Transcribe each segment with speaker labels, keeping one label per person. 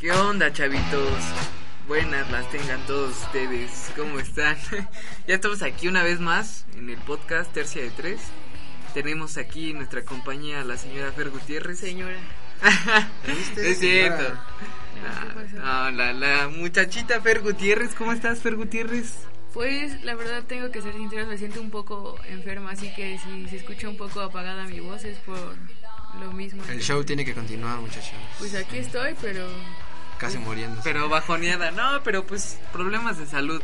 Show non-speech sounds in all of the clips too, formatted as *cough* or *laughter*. Speaker 1: ¿Qué onda, chavitos? Buenas las tengan todos ustedes. ¿Cómo están? *laughs* ya estamos aquí una vez más en el podcast Tercia de Tres. Tenemos aquí en nuestra compañía a la señora Fer Gutiérrez. *laughs*
Speaker 2: Señora.
Speaker 1: ¿Viste, es
Speaker 2: señora?
Speaker 1: cierto.
Speaker 2: ¿qué pasó?
Speaker 1: Ah, no, la, la muchachita Fer Gutiérrez. ¿Cómo estás, Fer Gutiérrez?
Speaker 2: Pues la verdad tengo que ser sincera, me siento un poco enferma, así que si se escucha un poco apagada mi voz es por lo mismo.
Speaker 3: El show tiene que continuar, muchachos.
Speaker 2: Pues aquí estoy, pero
Speaker 3: Casi muriendo.
Speaker 1: Pero bajoneada. No, pero pues problemas de salud.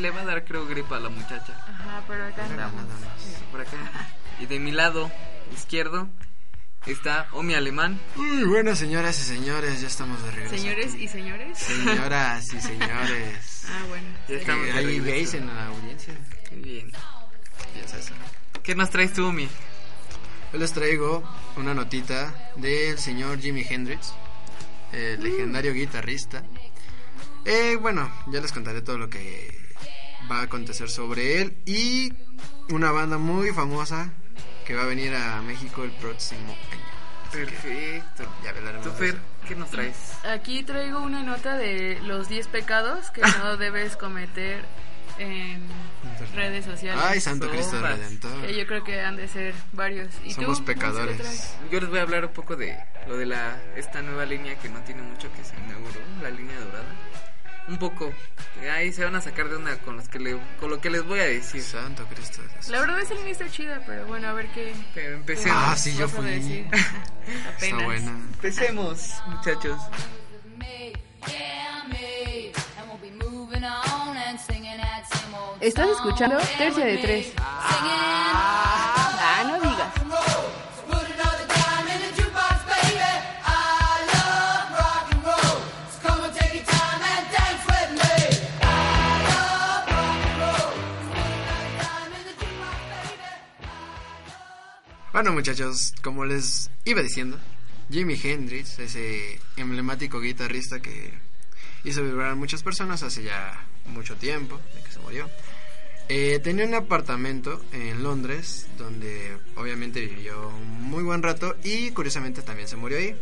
Speaker 1: Le va a dar, creo, gripa a la muchacha.
Speaker 2: ajá, pero acá andamos.
Speaker 1: Por acá. Y de mi lado izquierdo está Omi Alemán.
Speaker 3: Muy buenas, señoras y señores. Ya estamos de regreso.
Speaker 2: Señores y señores.
Speaker 3: Señoras y señores.
Speaker 2: Ah, bueno.
Speaker 1: Ya
Speaker 3: Eh,
Speaker 1: estamos de
Speaker 3: Hay
Speaker 1: regreso.
Speaker 3: gays en la audiencia.
Speaker 1: Qué bien.
Speaker 3: Piensa eso.
Speaker 1: ¿Qué nos traes tú, Omi?
Speaker 3: Yo les traigo una notita del señor Jimi Hendrix, el legendario guitarrista. Eh, bueno, ya les contaré todo lo que va a acontecer sobre él y una banda muy famosa que va a venir a México el próximo año.
Speaker 1: Perfecto.
Speaker 3: Ya hablaremos
Speaker 1: ¿Tú,
Speaker 3: de
Speaker 1: Fer,
Speaker 3: eso.
Speaker 1: qué nos traes?
Speaker 2: Aquí traigo una nota de los 10
Speaker 3: *laughs*
Speaker 2: pecados que no debes cometer en redes sociales.
Speaker 3: Ay, Santo Cristo
Speaker 1: Sopas.
Speaker 3: Redentor.
Speaker 2: Que yo creo que han de ser varios. ¿Y tú?
Speaker 3: Somos
Speaker 2: Monse, qué traes?
Speaker 3: pecadores.
Speaker 1: Yo les voy a hablar un poco de lo de la esta nueva línea que no tiene mucho que se inauguró, la línea dorada. Un poco. Ahí se van a sacar de onda con los que le, con lo que les voy a decir.
Speaker 3: Santo Cristo. Jesús.
Speaker 2: La verdad es el está chida, pero bueno, a ver qué.
Speaker 1: Pero
Speaker 2: qué
Speaker 1: empecemos.
Speaker 3: Ah, sí, yo
Speaker 2: vas a
Speaker 3: fui.
Speaker 2: decir. Apenas.
Speaker 3: Está buena.
Speaker 1: *laughs* Empecemos, muchachos.
Speaker 4: ¿Estás escuchando? Tercia de tres.
Speaker 2: Ah, no digas.
Speaker 3: Bueno muchachos, como les iba diciendo, Jimi Hendrix, ese emblemático guitarrista que hizo vibrar a muchas personas hace ya mucho tiempo, de que se murió, eh, tenía un apartamento en Londres donde obviamente vivió un muy buen rato y curiosamente también se murió ahí.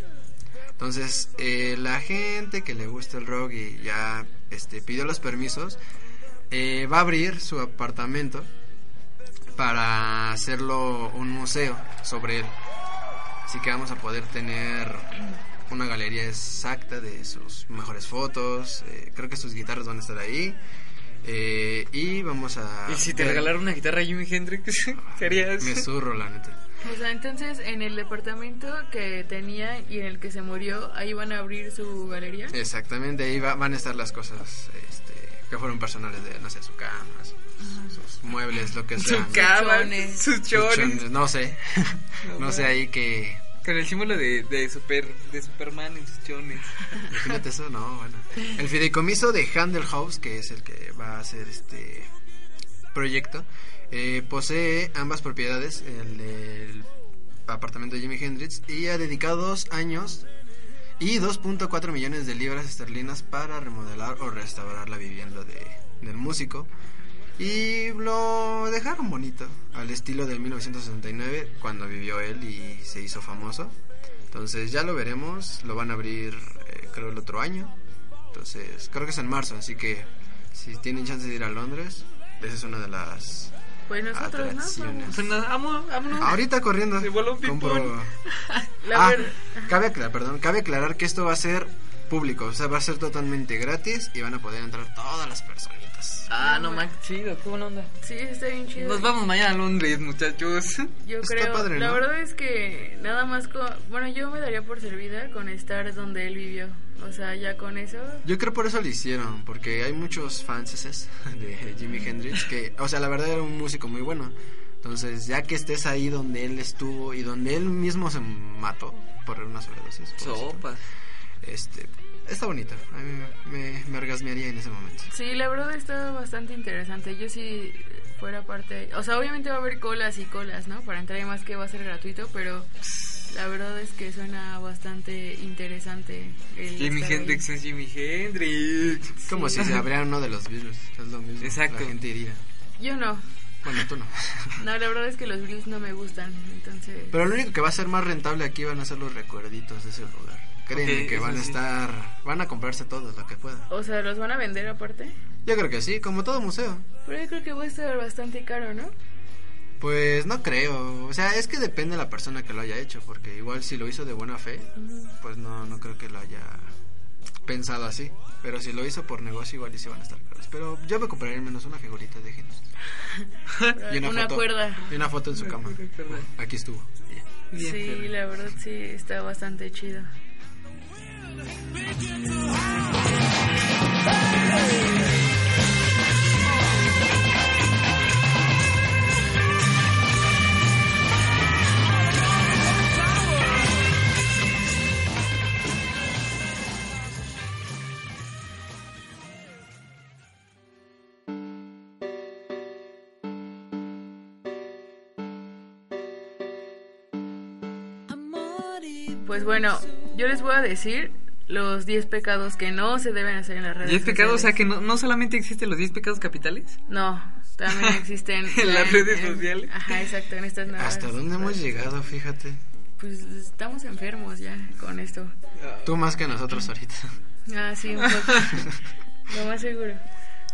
Speaker 3: Entonces eh, la gente que le gusta el rock y ya este, pidió los permisos, eh, va a abrir su apartamento para hacerlo un museo sobre él. Así que vamos a poder tener una galería exacta de sus mejores fotos. eh, creo que sus guitarras van a estar ahí. eh, y vamos a.
Speaker 1: ¿Y si te
Speaker 3: ver-
Speaker 1: regalaron una guitarra Jimi Hendrix? *laughs* ¿Qué harías?
Speaker 3: Ah, Me zurro, la neta.
Speaker 2: O sea, entonces en el departamento que tenía y en el que se murió, ahí van a abrir su galería.
Speaker 3: Exactamente, ahí va- van a estar las cosas este, que fueron personales de, él, no sé, su cama, sus, sus muebles, lo que sea.
Speaker 1: Su
Speaker 3: ¿no?
Speaker 1: cama,
Speaker 2: chones.
Speaker 1: sus
Speaker 3: Sus
Speaker 1: chones.
Speaker 3: chones, No sé. *laughs* no sé ahí que.
Speaker 1: Con el símbolo de, de, super, de Superman en sus chones.
Speaker 3: *laughs* Imagínate eso, no, bueno. El fideicomiso de Handel House, que es el que va a hacer este proyecto, eh, posee ambas propiedades, el del apartamento de Jimi Hendrix, y ha dedicado dos años y 2.4 millones de libras esterlinas para remodelar o restaurar la vivienda de, del músico. Y lo dejaron bonito, al estilo del 1969, cuando vivió él y se hizo famoso. Entonces ya lo veremos, lo van a abrir eh, creo el otro año. Entonces creo que es en marzo, así que si tienen chance de ir a Londres, esa es una de las...
Speaker 2: Pues nosotros, ¿no?
Speaker 3: Atracciones.
Speaker 2: Vamos.
Speaker 1: Pues nada, amo, vámonos.
Speaker 3: Ahorita corriendo.
Speaker 1: Se voló un
Speaker 3: *laughs* compro-
Speaker 1: ping-pong.
Speaker 2: La
Speaker 3: Ah,
Speaker 2: verdad.
Speaker 3: cabe aclarar, perdón, cabe aclarar que esto va a ser público. O sea, va a ser totalmente gratis y van a poder entrar todas las personitas.
Speaker 1: Ah, no más chido, qué buena onda.
Speaker 2: Sí, está bien chido.
Speaker 1: Nos vamos mañana a Londres, muchachos.
Speaker 2: Yo
Speaker 3: Está
Speaker 2: creo,
Speaker 3: padre,
Speaker 2: la
Speaker 3: ¿no?
Speaker 2: verdad es que nada más con, bueno, yo me daría por servida con estar donde él vivió. O sea, ya con eso.
Speaker 3: Yo creo por eso lo hicieron, porque hay muchos fanses *laughs* de Jimi Hendrix que, o sea, la verdad era un músico muy bueno. Entonces, ya que estés ahí donde él estuvo y donde él mismo se mató por una sobredosis. pobrecito,
Speaker 1: Sopas.
Speaker 3: Este, está bonito. A mí me, me orgasmearía en ese momento.
Speaker 2: Sí, la verdad está bastante interesante. Yo si fuera parte, o sea, obviamente va a haber colas y colas, ¿no? Para entrar y más que va a ser gratuito, pero la verdad es que suena bastante interesante. el
Speaker 1: Jimi
Speaker 2: estar ahí.
Speaker 1: Hendrix es Jimi Hendrix.
Speaker 3: Es Como
Speaker 1: *laughs*
Speaker 3: si se abriera uno de los virus. Es lo mismo.
Speaker 1: Exacto.
Speaker 3: La gente iría.
Speaker 2: Yo no.
Speaker 3: Bueno,
Speaker 1: *laughs*
Speaker 3: tú no.
Speaker 2: No, la verdad es que los Blues no me gustan, entonces
Speaker 3: Pero lo único que va a ser más rentable aquí van a ser los recuerditos de ese lugar. Créeme
Speaker 1: Ok,
Speaker 3: que
Speaker 1: eso
Speaker 3: van a
Speaker 1: sí.
Speaker 3: estar. Van a comprarse todos lo que puedan.
Speaker 2: o sea, los van a vender aparte.
Speaker 3: Yo creo que sí, como todo museo.
Speaker 2: Pero yo creo que va a estar bastante caro, ¿no?
Speaker 3: Pues no creo. O sea, es que depende de la persona que lo haya hecho. Porque igual si lo hizo de buena fe, pues no, no creo que lo haya pensado así. Pero si lo hizo por negocio, igual y sí van a estar caros. Pero yo me compraría al menos una figurita de
Speaker 2: *laughs*
Speaker 3: Hendrix.
Speaker 2: Una cuerda.
Speaker 3: Y una foto en su cama.
Speaker 1: cuerda.
Speaker 3: Aquí estuvo.
Speaker 1: Bien,
Speaker 2: sí,
Speaker 1: pero-
Speaker 2: la verdad sí está bastante chido. Pues bueno, yo les voy a decir los 10 pecados que no se deben hacer en las redes.
Speaker 1: ¿Diez pecados? O sea,
Speaker 2: sociales.
Speaker 1: que no, no solamente existen los 10 pecados capitales.
Speaker 2: No,
Speaker 1: *laughs*
Speaker 2: también existen
Speaker 1: En las redes sociales.
Speaker 2: Ajá, exacto, en estas nuevas.
Speaker 3: ¿Hasta dónde hemos llegado? Fíjate.
Speaker 2: Pues estamos enfermos ya con esto.
Speaker 3: Tú más que nosotros ahorita.
Speaker 2: Ah, sí, un poco. Lo más seguro.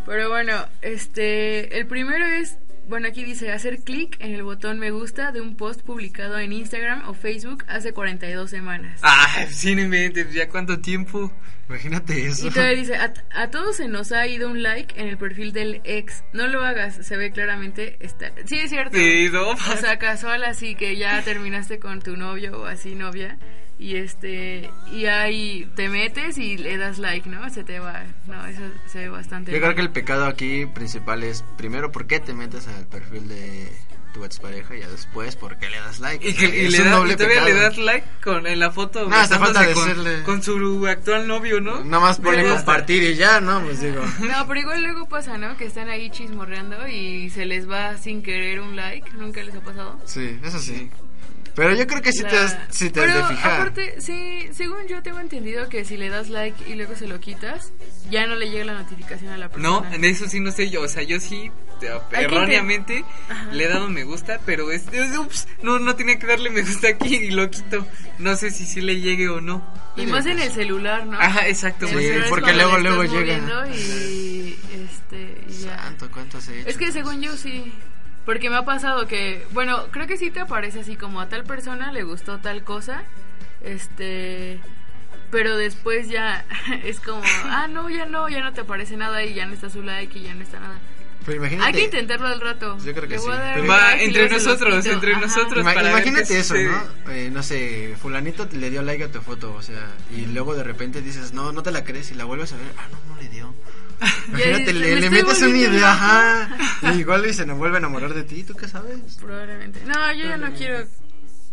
Speaker 2: Pero bueno, este, el primero es, bueno, aquí dice hacer clic en el botón me gusta de un post publicado en Instagram o Facebook hace 42 semanas.
Speaker 1: Ah, sí, no inventes, ya cuánto tiempo.
Speaker 3: Imagínate eso.
Speaker 2: *laughs* Y todavía dice, a, a todos se nos ha ido un like en el perfil del ex. No lo hagas, se ve claramente. Está... Sí, es cierto.
Speaker 1: Sí, no,
Speaker 2: O sea, casual así que ya terminaste con tu novio o así novia. Y este, y ahí te metes y le das like, ¿no? Se te va. No, eso se ve bastante.
Speaker 3: Yo creo
Speaker 2: mal.
Speaker 3: que el pecado aquí principal es primero por qué te metes al perfil de tu expareja y ya después por qué le das like.
Speaker 1: y
Speaker 3: O
Speaker 1: que
Speaker 3: sea,
Speaker 1: y
Speaker 3: es
Speaker 1: le,
Speaker 3: un
Speaker 1: da-
Speaker 3: doble
Speaker 1: y todavía
Speaker 3: pecado.
Speaker 1: le das like con, en la foto
Speaker 3: No, hace falta
Speaker 1: besándose con,
Speaker 3: decirle.
Speaker 1: con su actual novio, ¿no?
Speaker 3: Nada más ponle
Speaker 1: Ya está.
Speaker 3: compartir y ya, ¿no? Pues digo.
Speaker 2: No, pero igual luego pasa, ¿no? Que están ahí chismorreando y se les va sin querer un like. Nunca les ha pasado.
Speaker 3: Sí, eso sí. Pero yo creo que sí te
Speaker 2: La-
Speaker 3: has, sí te has
Speaker 2: Pero
Speaker 3: de fijar.
Speaker 2: aparte, sí, según yo tengo entendido que si le das like y luego se lo quitas, ya no le llega la notificación a la
Speaker 1: No,
Speaker 2: persona.
Speaker 1: en eso sí no sé yo, o sea, yo sí te-
Speaker 2: te-
Speaker 1: erróneamente le he dado me gusta, pero es, es- ups, no, no tenía que darle me gusta aquí y lo quito. No sé si sí le llegue o no.
Speaker 2: y más en el celular, ¿no?
Speaker 1: Ajá, exacto. pues
Speaker 2: En el
Speaker 3: Sí,
Speaker 2: celular es
Speaker 3: porque
Speaker 2: cuando
Speaker 3: luego,
Speaker 2: le estás
Speaker 3: luego llega.
Speaker 2: moviendo Y, este, y ya.
Speaker 3: Santo, ¿cuánto se
Speaker 2: Es que según yo sí. Porque me ha pasado que, bueno, creo que sí te aparece así como a tal persona le gustó tal cosa, este, pero después ya *laughs* es como, ah, no, ya no, ya no te aparece nada y ya no está su like y ya no está nada.
Speaker 3: Pero imagínate.
Speaker 2: Hay que intentarlo al rato.
Speaker 3: Yo creo que
Speaker 2: Le voy a
Speaker 3: sí.
Speaker 2: dar
Speaker 3: Pero
Speaker 2: un
Speaker 1: va
Speaker 2: like y
Speaker 1: entre
Speaker 2: luego se los
Speaker 1: nosotros,
Speaker 2: quito.
Speaker 1: entre
Speaker 2: Ajá.
Speaker 1: nosotros.
Speaker 3: Ima-
Speaker 1: para ver
Speaker 3: imagínate
Speaker 1: qué
Speaker 3: eso,
Speaker 1: sucede.
Speaker 3: ¿no? Eh, no sé, fulanito te- le dio like a tu foto, o sea, y luego de repente dices, no, no te la crees y la vuelves a ver, ah, no, no le dio. Imagínate,
Speaker 2: Ya dices,
Speaker 3: le,
Speaker 2: "Me
Speaker 3: le
Speaker 2: estoy
Speaker 3: metes una
Speaker 2: volviendo
Speaker 3: idea,
Speaker 2: loco".
Speaker 3: ajá, y igual y se nos vuelve a enamorar de ti, ¿tú qué sabes?
Speaker 2: Probablemente. No, yo ya no quiero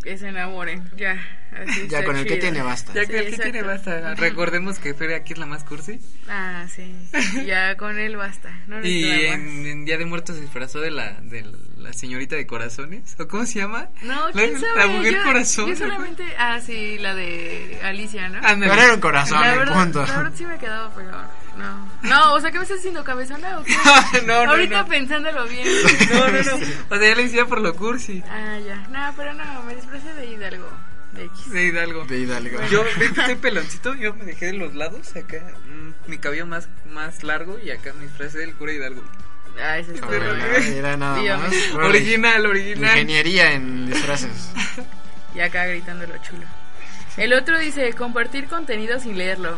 Speaker 2: que se enamoren. Ya. así
Speaker 3: Ya
Speaker 2: está
Speaker 3: con el que
Speaker 2: chido.
Speaker 3: tiene basta.
Speaker 1: Ya
Speaker 2: Sí,
Speaker 1: que el que
Speaker 2: exacto.
Speaker 1: tiene basta. Recordemos que Feria aquí es la más cursi.
Speaker 2: Ah, sí. Ya con él basta. No
Speaker 1: Y
Speaker 2: necesito nada
Speaker 1: en,
Speaker 2: más.
Speaker 1: en Día de Muertos se disfrazó de la, de la señorita de corazones. ¿O cómo se llama?
Speaker 2: No,
Speaker 1: La-
Speaker 2: quién
Speaker 1: la,
Speaker 2: sabe.
Speaker 1: mujer
Speaker 2: yo,
Speaker 1: corazón. Ah,
Speaker 2: Yo solamente. Ah, sí, la de Alicia, ¿no?
Speaker 1: Ándale.
Speaker 3: Pero era un corazón,
Speaker 2: la,
Speaker 3: el
Speaker 2: verdad,
Speaker 3: punto. *laughs*
Speaker 2: la verdad sí me quedaba, pero no. No, o sea, ¿qué me estás haciendo cabezona o qué?
Speaker 1: *laughs* *laughs* No, no,
Speaker 2: Ahorita
Speaker 1: no.
Speaker 2: pensándolo
Speaker 1: *laughs*
Speaker 2: bien.
Speaker 1: No, no, no. O sea, ya le decía por lo cursi
Speaker 2: Ah, ya. No, pero no, me disfrazé de Hidalgo. De X.
Speaker 1: de Hidalgo.
Speaker 3: De Hidalgo.
Speaker 1: Yo, ¿ves que estoy peloncito? Yo me dejé de los lados acá. mm, Mi cabello más, más largo y acá me disfrazé del cura Hidalgo.
Speaker 2: Ah, ese está
Speaker 3: Ahora,
Speaker 2: bueno.
Speaker 3: Era nada
Speaker 2: Dígame.
Speaker 3: más. Órale.
Speaker 1: Original, original.
Speaker 3: Ingeniería en disfraces.
Speaker 2: Y acá gritando lo chulo. El otro dice, compartir contenido sin leerlo.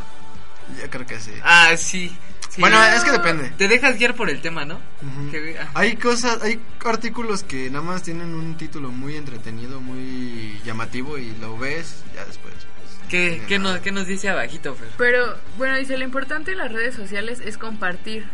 Speaker 3: Yo creo que sí.
Speaker 1: Ah, sí. sí.
Speaker 3: Bueno, es que depende.
Speaker 1: Te dejas guiar por el tema, ¿no?
Speaker 3: Ujú.
Speaker 1: Que- ah.
Speaker 3: Hay cosas, hay artículos que nada más tienen un título muy entretenido, muy llamativo y lo ves ya después. pues,
Speaker 1: ¿Qué,
Speaker 3: tiene
Speaker 1: qué,
Speaker 3: nada.
Speaker 1: nos, ¿Qué nos dice abajito, Fer?
Speaker 2: Pero bueno, dice, lo importante de las redes sociales es compartir,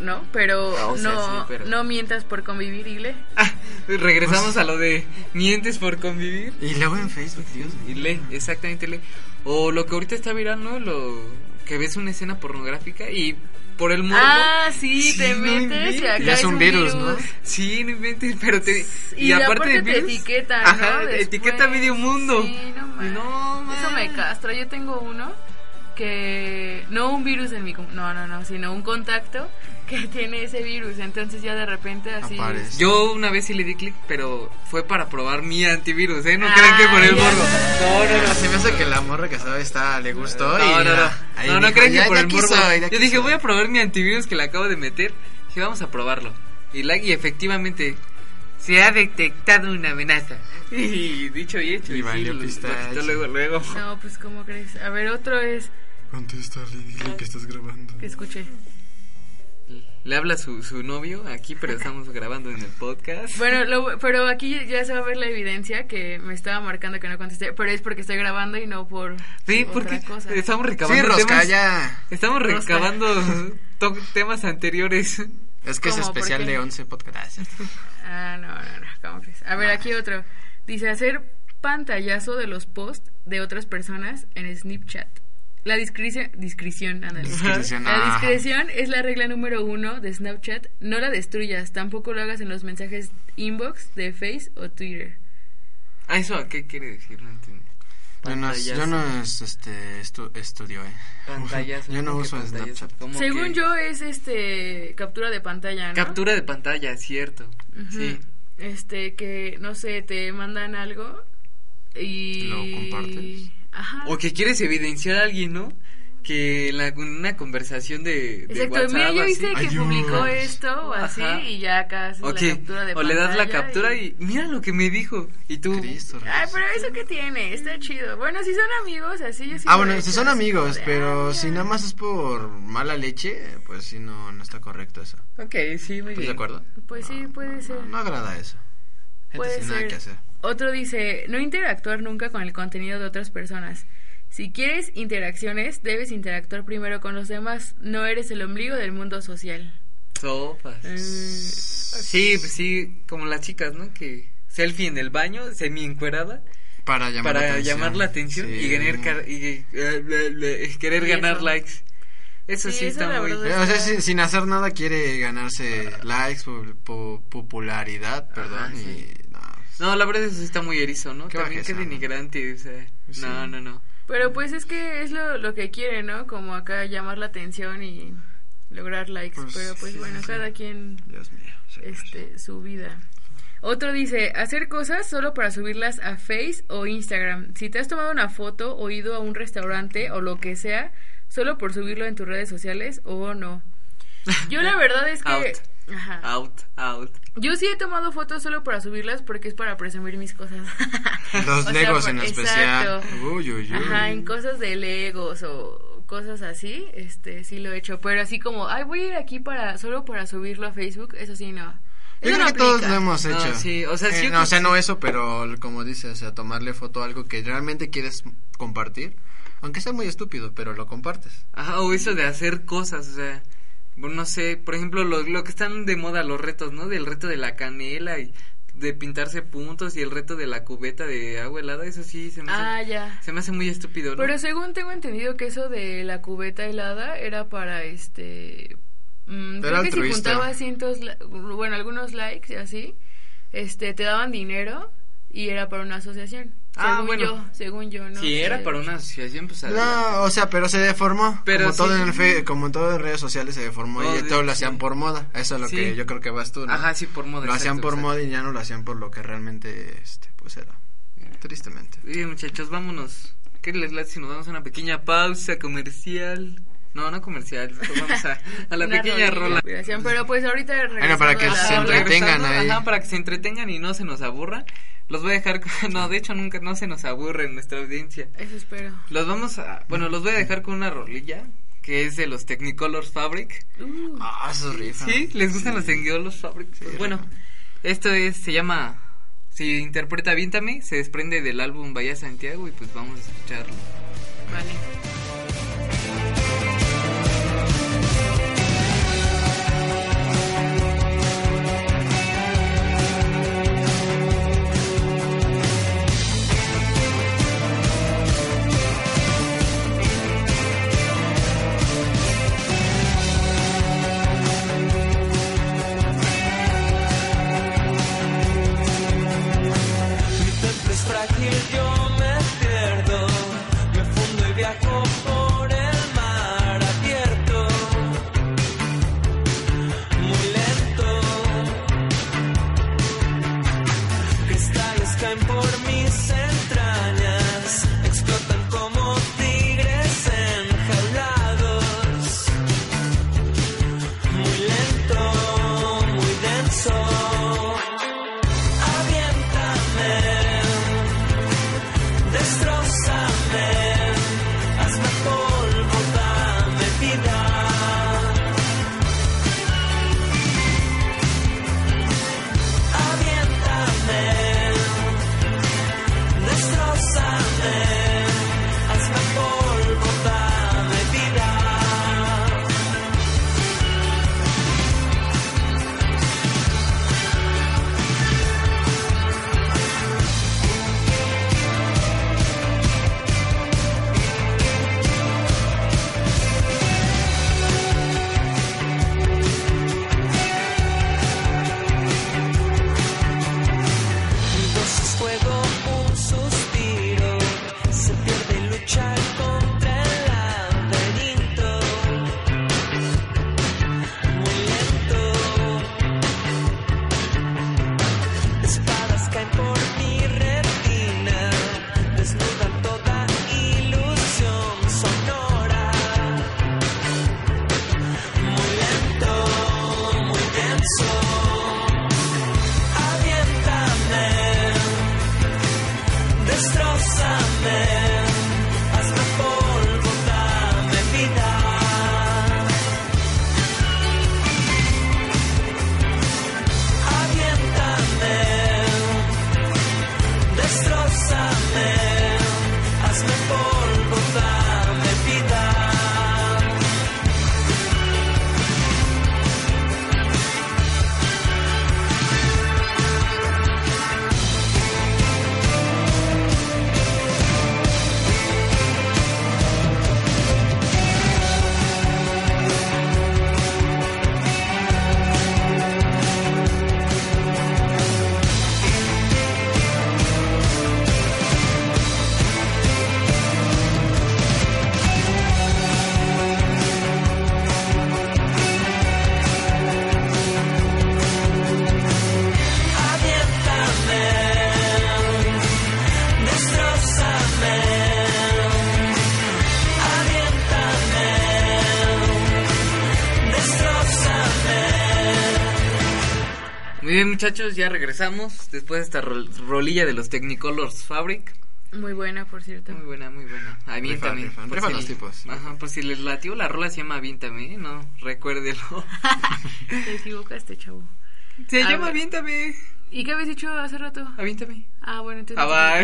Speaker 2: ¿no? Pero
Speaker 1: Ah, o sea,
Speaker 2: no,
Speaker 1: sí, pero-
Speaker 2: no mientas por convivir, Ile.
Speaker 1: Ah, regresamos a lo de mientes por convivir.
Speaker 3: Y luego en Facebook, Dios
Speaker 1: Y
Speaker 3: mío.
Speaker 1: lee, exactamente lee. O lo que ahorita está viral, ¿no? Lo que ves una escena pornográfica y por el morbo.
Speaker 2: Ah, sí,
Speaker 1: Sí,
Speaker 2: te
Speaker 1: no
Speaker 2: metes y
Speaker 1: inventes.
Speaker 2: acá
Speaker 3: Y ya
Speaker 2: es
Speaker 3: es
Speaker 2: un
Speaker 3: un virus, ¿no?
Speaker 1: Sí, no inventes, pero te...
Speaker 2: Y, aparte,
Speaker 1: del
Speaker 2: te
Speaker 1: virus,
Speaker 2: etiquetan, ¿no?
Speaker 1: ajá,
Speaker 2: Después.
Speaker 1: etiqueta a medio mundo.
Speaker 2: Sí, no
Speaker 1: Y
Speaker 2: mames.
Speaker 1: no
Speaker 2: Eso me
Speaker 1: mames.
Speaker 2: castra. Yo tengo uno que... No un virus en mi... com- No, no, no. Sino un contacto *laughs* que tiene ese virus. Entonces ya de repente así...
Speaker 3: Aparece.
Speaker 1: Yo una vez sí le di clic, pero fue para probar mi antivirus, ¿eh? No crean que por el
Speaker 2: Ay,
Speaker 1: morbo. No, no, no.
Speaker 3: Se me hace que la morra que sabe está le gustó
Speaker 1: No,
Speaker 3: y
Speaker 1: no, no.
Speaker 3: ya. Ahí
Speaker 1: No, no
Speaker 3: dijo,
Speaker 1: crean que
Speaker 3: "Ya,
Speaker 1: por
Speaker 3: ya
Speaker 1: el
Speaker 3: aquí
Speaker 1: morbo.
Speaker 3: soy, ya
Speaker 1: Yo
Speaker 3: aquí
Speaker 1: dije,
Speaker 3: soy".
Speaker 1: voy a probar mi antivirus que le acabo de meter. Dije, vamos a probarlo. Y, la, y efectivamente, se ha detectado una amenaza. *laughs* Y dicho y hecho.
Speaker 3: Y valió
Speaker 1: lo- lo
Speaker 3: pistache.
Speaker 1: quitó luego, luego.
Speaker 2: No, pues ¿cómo crees? A ver, otro es...
Speaker 3: Contesta, dile que estás grabando.
Speaker 2: Que escuché.
Speaker 1: Le habla su, su novio aquí, pero estamos grabando en el podcast.
Speaker 2: Bueno, lo- pero aquí ya se va a ver la evidencia que me estaba marcando que no contesté, pero es porque estoy grabando y no por
Speaker 1: Sí,
Speaker 2: otra
Speaker 1: porque
Speaker 2: cosa.
Speaker 1: estamos
Speaker 3: Sí,
Speaker 1: recabando
Speaker 3: Rosca,
Speaker 1: temas.
Speaker 3: ya.
Speaker 1: Estamos
Speaker 2: Rosca.
Speaker 1: recabando to- temas anteriores. *laughs*
Speaker 3: Es que es
Speaker 2: ¿Cómo? ¿Por
Speaker 3: especial
Speaker 2: qué?
Speaker 3: de 11 podcasts.
Speaker 2: Ah, no, no, no, ¿cómo crees? A ver, aquí otro. Dice hacer pantallazo de los posts de otras personas en Snapchat. La discreción, discreción, ándale.
Speaker 3: Discreción,
Speaker 2: La
Speaker 3: ah.
Speaker 2: discreción es la regla número uno de Snapchat. No la destruyas, tampoco lo hagas en los mensajes inbox de Face o Twitter.
Speaker 1: Ah, ¿eso a qué quiere decir? No entiendo.
Speaker 3: Yo no, yo no es, este, estu- estudio, eh.
Speaker 1: Pantallazo,
Speaker 3: Yo no
Speaker 1: ¿cómo que
Speaker 3: uso
Speaker 1: pantallazo?
Speaker 3: Snapchat.
Speaker 1: ¿Cómo
Speaker 2: Según
Speaker 1: que-
Speaker 2: yo es este captura de pantalla, ¿no?
Speaker 1: Captura de pantalla, cierto. Sí.
Speaker 2: este que no sé te mandan algo y
Speaker 3: ¿Lo compartes?
Speaker 2: ajá
Speaker 1: O que quieres evidenciar a alguien, ¿no? Que en la- en una conversación de, de
Speaker 2: exacto
Speaker 1: WhatsApp
Speaker 2: mira yo
Speaker 1: así.
Speaker 2: viste que
Speaker 3: Ayúdame.
Speaker 2: publicó esto o así
Speaker 1: Ajá.
Speaker 2: y ya acá haces
Speaker 1: O,
Speaker 2: la
Speaker 1: que-
Speaker 2: captura de
Speaker 1: o le das la
Speaker 2: pantalla
Speaker 1: captura y... mira lo que me dijo. Y tú...
Speaker 3: Cristo,
Speaker 2: ay
Speaker 3: Rosca.
Speaker 2: pero eso que tiene está chido bueno si son amigos así yo sí
Speaker 3: Mm. Ah,
Speaker 2: lo
Speaker 3: bueno,
Speaker 2: he
Speaker 3: si
Speaker 2: hecho,
Speaker 3: son
Speaker 2: así
Speaker 3: amigos,
Speaker 2: como de,
Speaker 3: pero
Speaker 2: ay,
Speaker 3: si
Speaker 2: ya.
Speaker 3: nada más es por mala leche, pues sí, no, no está correcto eso.
Speaker 1: Ok, sí, muy
Speaker 3: ¿Estás
Speaker 1: bien.
Speaker 3: de acuerdo?
Speaker 2: pues sí puede ser
Speaker 3: No, no agrada eso. Gente
Speaker 2: Puede
Speaker 3: sin nada
Speaker 2: ser.
Speaker 3: que hacer.
Speaker 2: Otro dice, no interactuar nunca con el contenido de otras personas. Si quieres interacciones, debes interactuar primero con los demás. No eres el ombligo del mundo social.
Speaker 1: Sopas.
Speaker 2: Eh,
Speaker 1: Sí, pues sí, como las chicas, ¿no? Que selfie en el baño, semi encuerada,
Speaker 3: Para llamar
Speaker 1: para
Speaker 3: la atención.
Speaker 1: llamar la atención
Speaker 3: Sí.
Speaker 1: y, ganar, car- y, eh, ble- ble- querer
Speaker 2: Y
Speaker 1: ganar
Speaker 2: eso.
Speaker 1: likes. Eso
Speaker 2: Sí,
Speaker 1: sí,
Speaker 2: eso
Speaker 1: está
Speaker 2: la
Speaker 1: muy...
Speaker 2: verdad
Speaker 3: Eh, O sea, sin, sin hacer nada quiere ganarse likes, pu- pu- popularidad, perdón.
Speaker 1: Ajá, sí.
Speaker 3: y, no,
Speaker 1: No, la verdad eso sí está muy erizo, ¿no?
Speaker 3: Qué
Speaker 1: También
Speaker 3: bajeza,
Speaker 1: qué
Speaker 3: ¿no?
Speaker 1: denigrante, o sea,
Speaker 3: Sí.
Speaker 1: no, no, no.
Speaker 2: Pero pues es que es lo, lo que quiere, ¿no? Como acá llamar la atención y lograr likes.
Speaker 3: Pues,
Speaker 2: Pero pues
Speaker 3: sí,
Speaker 2: bueno,
Speaker 3: sí.
Speaker 2: cada quien
Speaker 3: Dios mío. señor.
Speaker 2: este, su vida. Otro dice, hacer cosas solo para subirlas a Face o Instagram. Si te has tomado una foto o ido a un restaurante o lo que sea, solo por subirlo en tus redes sociales o no. Yo la verdad es que...
Speaker 1: Out.
Speaker 2: Ajá.
Speaker 1: Out, out.
Speaker 2: Yo sí he tomado fotos solo para subirlas porque es para presumir mis cosas. este. *laughs* O
Speaker 3: Los
Speaker 2: sea,
Speaker 3: legos
Speaker 2: por-
Speaker 3: en especial.
Speaker 2: exacto.
Speaker 3: Uy, uy, uy.
Speaker 2: Ajá, en cosas de Legos o cosas así, este, sí lo he hecho. Pero así como, ay, voy a ir aquí para, solo para subirlo a Facebook, eso sí no.
Speaker 3: Yo
Speaker 2: Eso
Speaker 3: creo
Speaker 2: no
Speaker 3: que todos
Speaker 2: aplica.
Speaker 3: lo hemos
Speaker 1: No,
Speaker 3: hecho.
Speaker 1: sí, o sea, sí, yo
Speaker 3: Eh, no,
Speaker 1: creo
Speaker 3: o sea,
Speaker 1: que
Speaker 3: no
Speaker 1: sí.
Speaker 3: eso, pero l- como dices, o sea, tomarle foto a algo que realmente quieres compartir. Aunque sea muy estúpido, pero lo compartes.
Speaker 1: Ajá, o eso de hacer cosas, o sea, bueno, no sé, por ejemplo, lo, lo que están de moda los retos, ¿no? Del reto de la canela y de pintarse puntos y el reto de la cubeta de agua helada, eso sí se me
Speaker 2: Ah,
Speaker 1: hace,
Speaker 2: ya.
Speaker 1: se me hace muy estúpido, ¿no?
Speaker 2: Pero según tengo entendido que eso de la cubeta helada era para este. mm,
Speaker 3: Era
Speaker 2: creo que si
Speaker 3: altruista.
Speaker 2: juntaba cientos, la- bueno, algunos likes y así, este, te daban dinero y era para una asociación.
Speaker 1: Ah,
Speaker 2: según
Speaker 1: bueno.
Speaker 2: yo, según yo, no.
Speaker 1: si
Speaker 2: sé.
Speaker 1: era para una asociación, pues adelante.
Speaker 3: No, o sea, pero se deformó.
Speaker 1: Pero
Speaker 3: como,
Speaker 1: sí.
Speaker 3: todo en fe- como todo en redes sociales se deformó
Speaker 1: Oh,
Speaker 3: y
Speaker 1: de-
Speaker 3: todo lo
Speaker 1: sí.
Speaker 3: hacían por moda. Eso es lo
Speaker 1: Sí.
Speaker 3: que yo creo que vas tú, ¿no?
Speaker 1: Ajá, sí, por moda.
Speaker 3: Lo hacían
Speaker 1: exacto,
Speaker 3: por
Speaker 1: exacto.
Speaker 3: moda y ya no lo hacían por lo que realmente, este, pues era. Tristemente.
Speaker 1: Bien, muchachos, vámonos. ¿Qué les late si nos damos una pequeña pausa comercial? No, no comercial, pues, vamos a, a la
Speaker 2: Una
Speaker 1: pequeña rola.
Speaker 2: inspiración, Pero pues ahorita
Speaker 3: Bueno, para que
Speaker 2: regresando a
Speaker 3: se
Speaker 2: la rola-
Speaker 3: entretenga. entretengan
Speaker 1: Regresando,
Speaker 3: ahí.
Speaker 1: Ajá, para que se entretengan y no se nos aburra. Los voy a dejar. con- *laughs* No, de hecho, nunca no se nos aburre en nuestra audiencia.
Speaker 2: Eso espero.
Speaker 1: Los vamos a. Bueno, los voy a dejar con una rolilla que es de los Technicolor Fabric.
Speaker 2: Uh,
Speaker 3: Ah, eso rifa.
Speaker 1: ¿Sí? ¿Les gustan los
Speaker 3: Sí.
Speaker 1: Technicolor Fabric? pues,
Speaker 3: Sí,
Speaker 1: bueno,
Speaker 3: rifa.
Speaker 1: esto es, se llama, si interpreta Víntame, se desprende del álbum Vaya Santiago y pues vamos a escucharlo.
Speaker 2: vale.
Speaker 5: Mi templo es frágil, yo me pierdo, me fundo y viajo por el mar abierto, muy lento. Cristales caen por mis entrañas, explotan como tigres enjaulados, muy lento, muy denso. Aviéntame, destrozame, hazme polvo, dame vida. Aviéntame, destrozame, hazme polvo, dame vida. Entonces juego un suspiro, se pierde y luchar contra el laberinto. Muy lento, espadas caen por mi retina, desnudan toda ilusión sonora. Muy lento, muy denso. Aviéntame, destrozame, hazme polvo, dame vida. Aviéntame, destrozame, hazme polvo, dame vida. Aviéntame, destrozame. Aviéntame, destrozame.
Speaker 1: Muy bien muchachos, ya regresamos después de esta rol- rolilla de los Technicolors Fabric.
Speaker 2: Muy buena, por cierto.
Speaker 1: Muy buena, muy buena. Aviéntame.
Speaker 3: Rifa, rifa,
Speaker 1: por
Speaker 3: rifa los tipos.
Speaker 1: Ajá, por si les latió la rola se llama Aviéntame, ¿eh? no,
Speaker 3: *laughs*
Speaker 1: recuérdelo.
Speaker 2: Te equivocaste, chavo.
Speaker 1: se
Speaker 2: A
Speaker 1: llama
Speaker 2: ver.
Speaker 1: Aviéntame.
Speaker 2: ¿Y qué habéis dicho hace rato?
Speaker 1: Aviéntame.
Speaker 2: Ah, bueno, entonces...
Speaker 1: Ah,
Speaker 3: *laughs*
Speaker 1: va.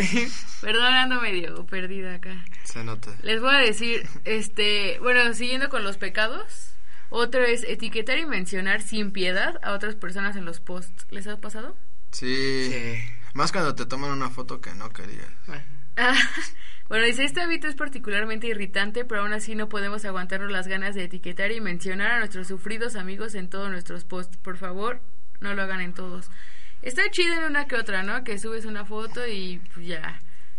Speaker 2: Perdón, ando medio perdida acá.
Speaker 3: Se nota.
Speaker 2: Les voy a decir, este, bueno, siguiendo con los pecados, otro es etiquetar y mencionar sin piedad a otras personas en los posts. ¿Les ha pasado?
Speaker 3: Sí. Más cuando te toman una foto que no querías.
Speaker 2: Ah, *laughs* bueno, dice, este hábito es particularmente irritante, pero aún así no podemos aguantarnos las ganas de etiquetar y mencionar a nuestros sufridos amigos en todos nuestros posts. Por favor, no lo hagan en todos. Está chido en una que otra, ¿no? Que subes una foto y pues, ya,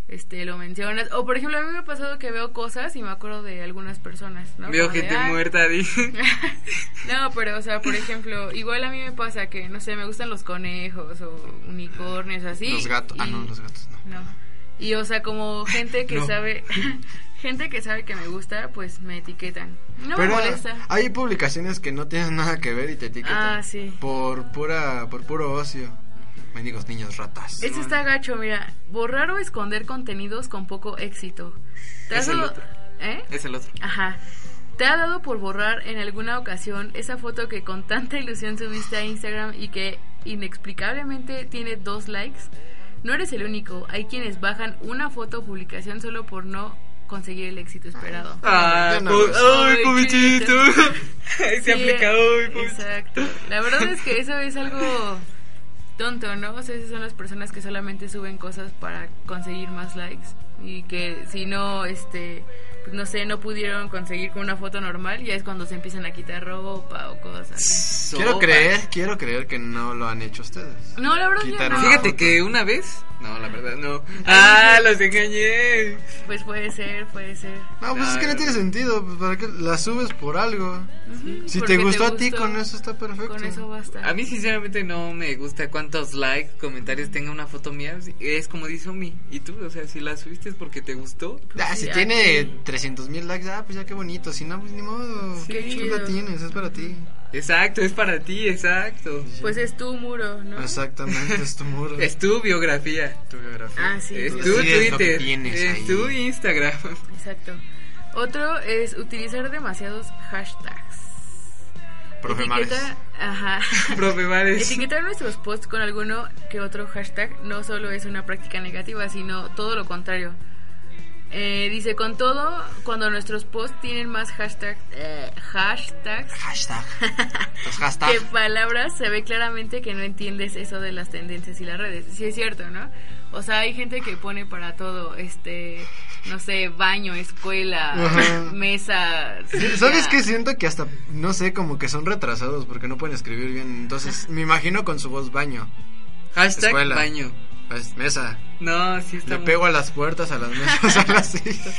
Speaker 2: este, lo mencionas. O, por ejemplo, a mí me ha pasado que veo cosas y me acuerdo de algunas personas, ¿no?
Speaker 1: Veo
Speaker 2: Como de,
Speaker 1: gente
Speaker 2: "Ay,
Speaker 1: muerta, dije.
Speaker 2: *laughs* no, pero, o sea, por ejemplo, igual a mí me pasa que, no sé, me gustan los conejos o unicornios, así.
Speaker 3: Los gatos. Ah,
Speaker 2: y-
Speaker 3: no, los gatos no.
Speaker 2: No. Y, o sea, como gente que
Speaker 3: No.
Speaker 2: sabe, *laughs* gente que sabe que me gusta, pues me etiquetan. No
Speaker 3: Pero
Speaker 2: me molesta.
Speaker 3: hay publicaciones que no tienen nada que ver y te etiquetan.
Speaker 2: Ah, sí.
Speaker 3: Por pura, por puro ocio. Mendigos niños ratas.
Speaker 2: Este está gacho, mira. Borrar o esconder contenidos con poco éxito.
Speaker 1: Es el
Speaker 2: Trazo-
Speaker 1: otro.
Speaker 2: ¿Eh?
Speaker 1: Es el otro.
Speaker 2: Ajá. ¿Te ha dado por borrar en alguna ocasión esa foto que con tanta ilusión subiste a Instagram y que inexplicablemente tiene dos likes? No eres el único, hay quienes bajan una foto o publicación solo por no conseguir el éxito esperado.
Speaker 1: Ah,
Speaker 3: Ya no
Speaker 1: po-
Speaker 3: lo
Speaker 2: sé.
Speaker 1: ay, pobrecito. Ahí *laughs* se
Speaker 2: Sí,
Speaker 1: aplica, ay, pobrecito.
Speaker 2: Exacto. La verdad es que eso es algo tonto, ¿no? O sea, esas son las personas que solamente suben cosas para conseguir más likes y que si no, este, pues, no sé, no pudieron conseguir con una foto normal, ya es cuando se empiezan a quitar ropa o cosas. así.
Speaker 3: Quiero
Speaker 1: Sopas.
Speaker 3: creer, quiero creer que no lo han hecho ustedes.
Speaker 2: No, la verdad yo
Speaker 3: Quitaron.
Speaker 2: no.
Speaker 1: Fíjate que una vez. No, la verdad, no. Ah, los engañé.
Speaker 2: Pues puede ser, puede ser.
Speaker 3: No, pues es que no
Speaker 1: Claro.
Speaker 3: tiene sentido, pues para qué la subes por algo.
Speaker 2: Ujú,
Speaker 3: Si
Speaker 2: Mm, porque
Speaker 3: te gustó a ti
Speaker 2: gustó,
Speaker 3: con eso está perfecto.
Speaker 2: Con eso basta.
Speaker 1: A mí, sinceramente, no me gusta cuántos likes, comentarios tenga una foto mía. Es como dice Omi. Y tú, o sea, si la subiste es porque te gustó.
Speaker 3: Ah, si
Speaker 2: Ya, Pues sí.
Speaker 3: tiene 300 mil likes, ah, pues ya qué bonito. Si no, pues ni modo.
Speaker 2: Sí.
Speaker 3: ¿Qué
Speaker 2: Qué
Speaker 3: chulo
Speaker 2: chido.
Speaker 3: tienes? Es para ti.
Speaker 1: Exacto, es para ti, exacto.
Speaker 2: Pues es tu muro, ¿no?
Speaker 3: Exactamente, es tu
Speaker 2: *laughs*
Speaker 3: muro.
Speaker 1: Es tu biografía.
Speaker 3: tu biografía.
Speaker 2: Ah, sí.
Speaker 1: Es
Speaker 3: Tú
Speaker 1: tu
Speaker 3: decides lo que
Speaker 1: Twitter.
Speaker 3: tienes ahí.
Speaker 1: Es tu Instagram. *laughs*
Speaker 2: Exacto. Otro es utilizar demasiados hashtags.
Speaker 3: Profe Mares.
Speaker 2: Etiqueta-
Speaker 1: *laughs*
Speaker 2: ajá.
Speaker 1: Profe Mares.
Speaker 2: Etiquetar nuestros posts con alguno que otro hashtag no solo es una práctica negativa, sino todo lo contrario. Eh, dice, con todo, cuando nuestros posts tienen más hashtag, eh, hashtags *laughs*
Speaker 3: Hashtag. Los
Speaker 2: que
Speaker 3: hashtag.
Speaker 2: palabras, se ve claramente que no entiendes eso de las tendencias y las redes. Sí es cierto, ¿no? O sea, hay gente que pone para todo, este, no sé, baño, escuela,
Speaker 3: Ajá.
Speaker 2: mesa.
Speaker 3: *laughs* ¿Sabes
Speaker 2: silla.
Speaker 3: qué? Siento que hasta, no sé, como que son retrasados porque no pueden escribir bien. Entonces, me imagino con su voz baño.
Speaker 1: Hashtag
Speaker 3: Escuela.
Speaker 1: baño.
Speaker 3: Pues, mesa.
Speaker 1: No, sí está
Speaker 3: Le
Speaker 1: muy-
Speaker 3: pego a las puertas, a las mesas, a las sillas.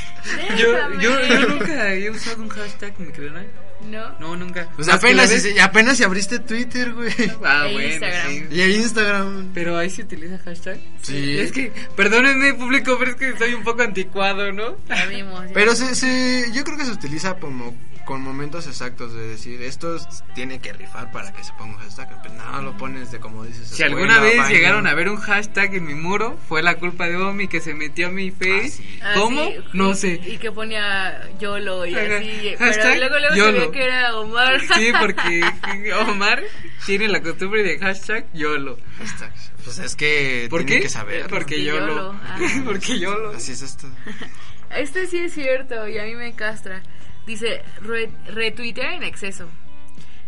Speaker 1: Yo, yo, yo
Speaker 2: Déjame.
Speaker 1: nunca he usado un hashtag, ¿me creen?
Speaker 2: ¿No?
Speaker 1: ¿eh? No, nunca.
Speaker 3: Pues apenas, si- apenas si abriste Twitter, güey.
Speaker 1: Ah,
Speaker 2: E
Speaker 1: bueno,
Speaker 2: Instagram.
Speaker 1: sí.
Speaker 3: Y el Instagram.
Speaker 1: Pero ahí se utiliza hashtag.
Speaker 3: Sí.
Speaker 1: Es que, perdónenme, público, pero es que soy un poco anticuado, ¿no?
Speaker 3: Pues
Speaker 2: Ya vimos, ya.
Speaker 3: Pero se, se- yo creo que se utiliza como con momentos exactos de decir, esto es- tiene que rifar para que se ponga un hashtag. Pues no, lo pones de como dices.
Speaker 1: Si alguna vez llegaron a ver un hashtag en mi muro, fue la culpa de Omi que se metió a mi face.
Speaker 3: Ah, sí.
Speaker 2: Ah,
Speaker 1: ¿Cómo?
Speaker 2: sí,
Speaker 1: No
Speaker 2: y-
Speaker 1: sé.
Speaker 2: Y que ponía YOLO y
Speaker 1: Ajá.
Speaker 2: así. Pero
Speaker 1: Hashtag
Speaker 2: luego, luego se
Speaker 1: YOLO.
Speaker 2: veía que era Omar.
Speaker 1: Sí, porque Omar tiene la costumbre de hashtag YOLO.
Speaker 3: hashtags. Pues es que
Speaker 1: ¿Por
Speaker 3: tienen
Speaker 1: qué?
Speaker 3: que saber.
Speaker 1: Porque
Speaker 2: Porque
Speaker 1: YOLO. *laughs*
Speaker 2: YOLO, ah.
Speaker 1: porque YOLO.
Speaker 3: Así
Speaker 1: *laughs*
Speaker 3: es esto.
Speaker 2: *laughs* Este sí es cierto y a mí me castra. Dice, re- retuitear en exceso.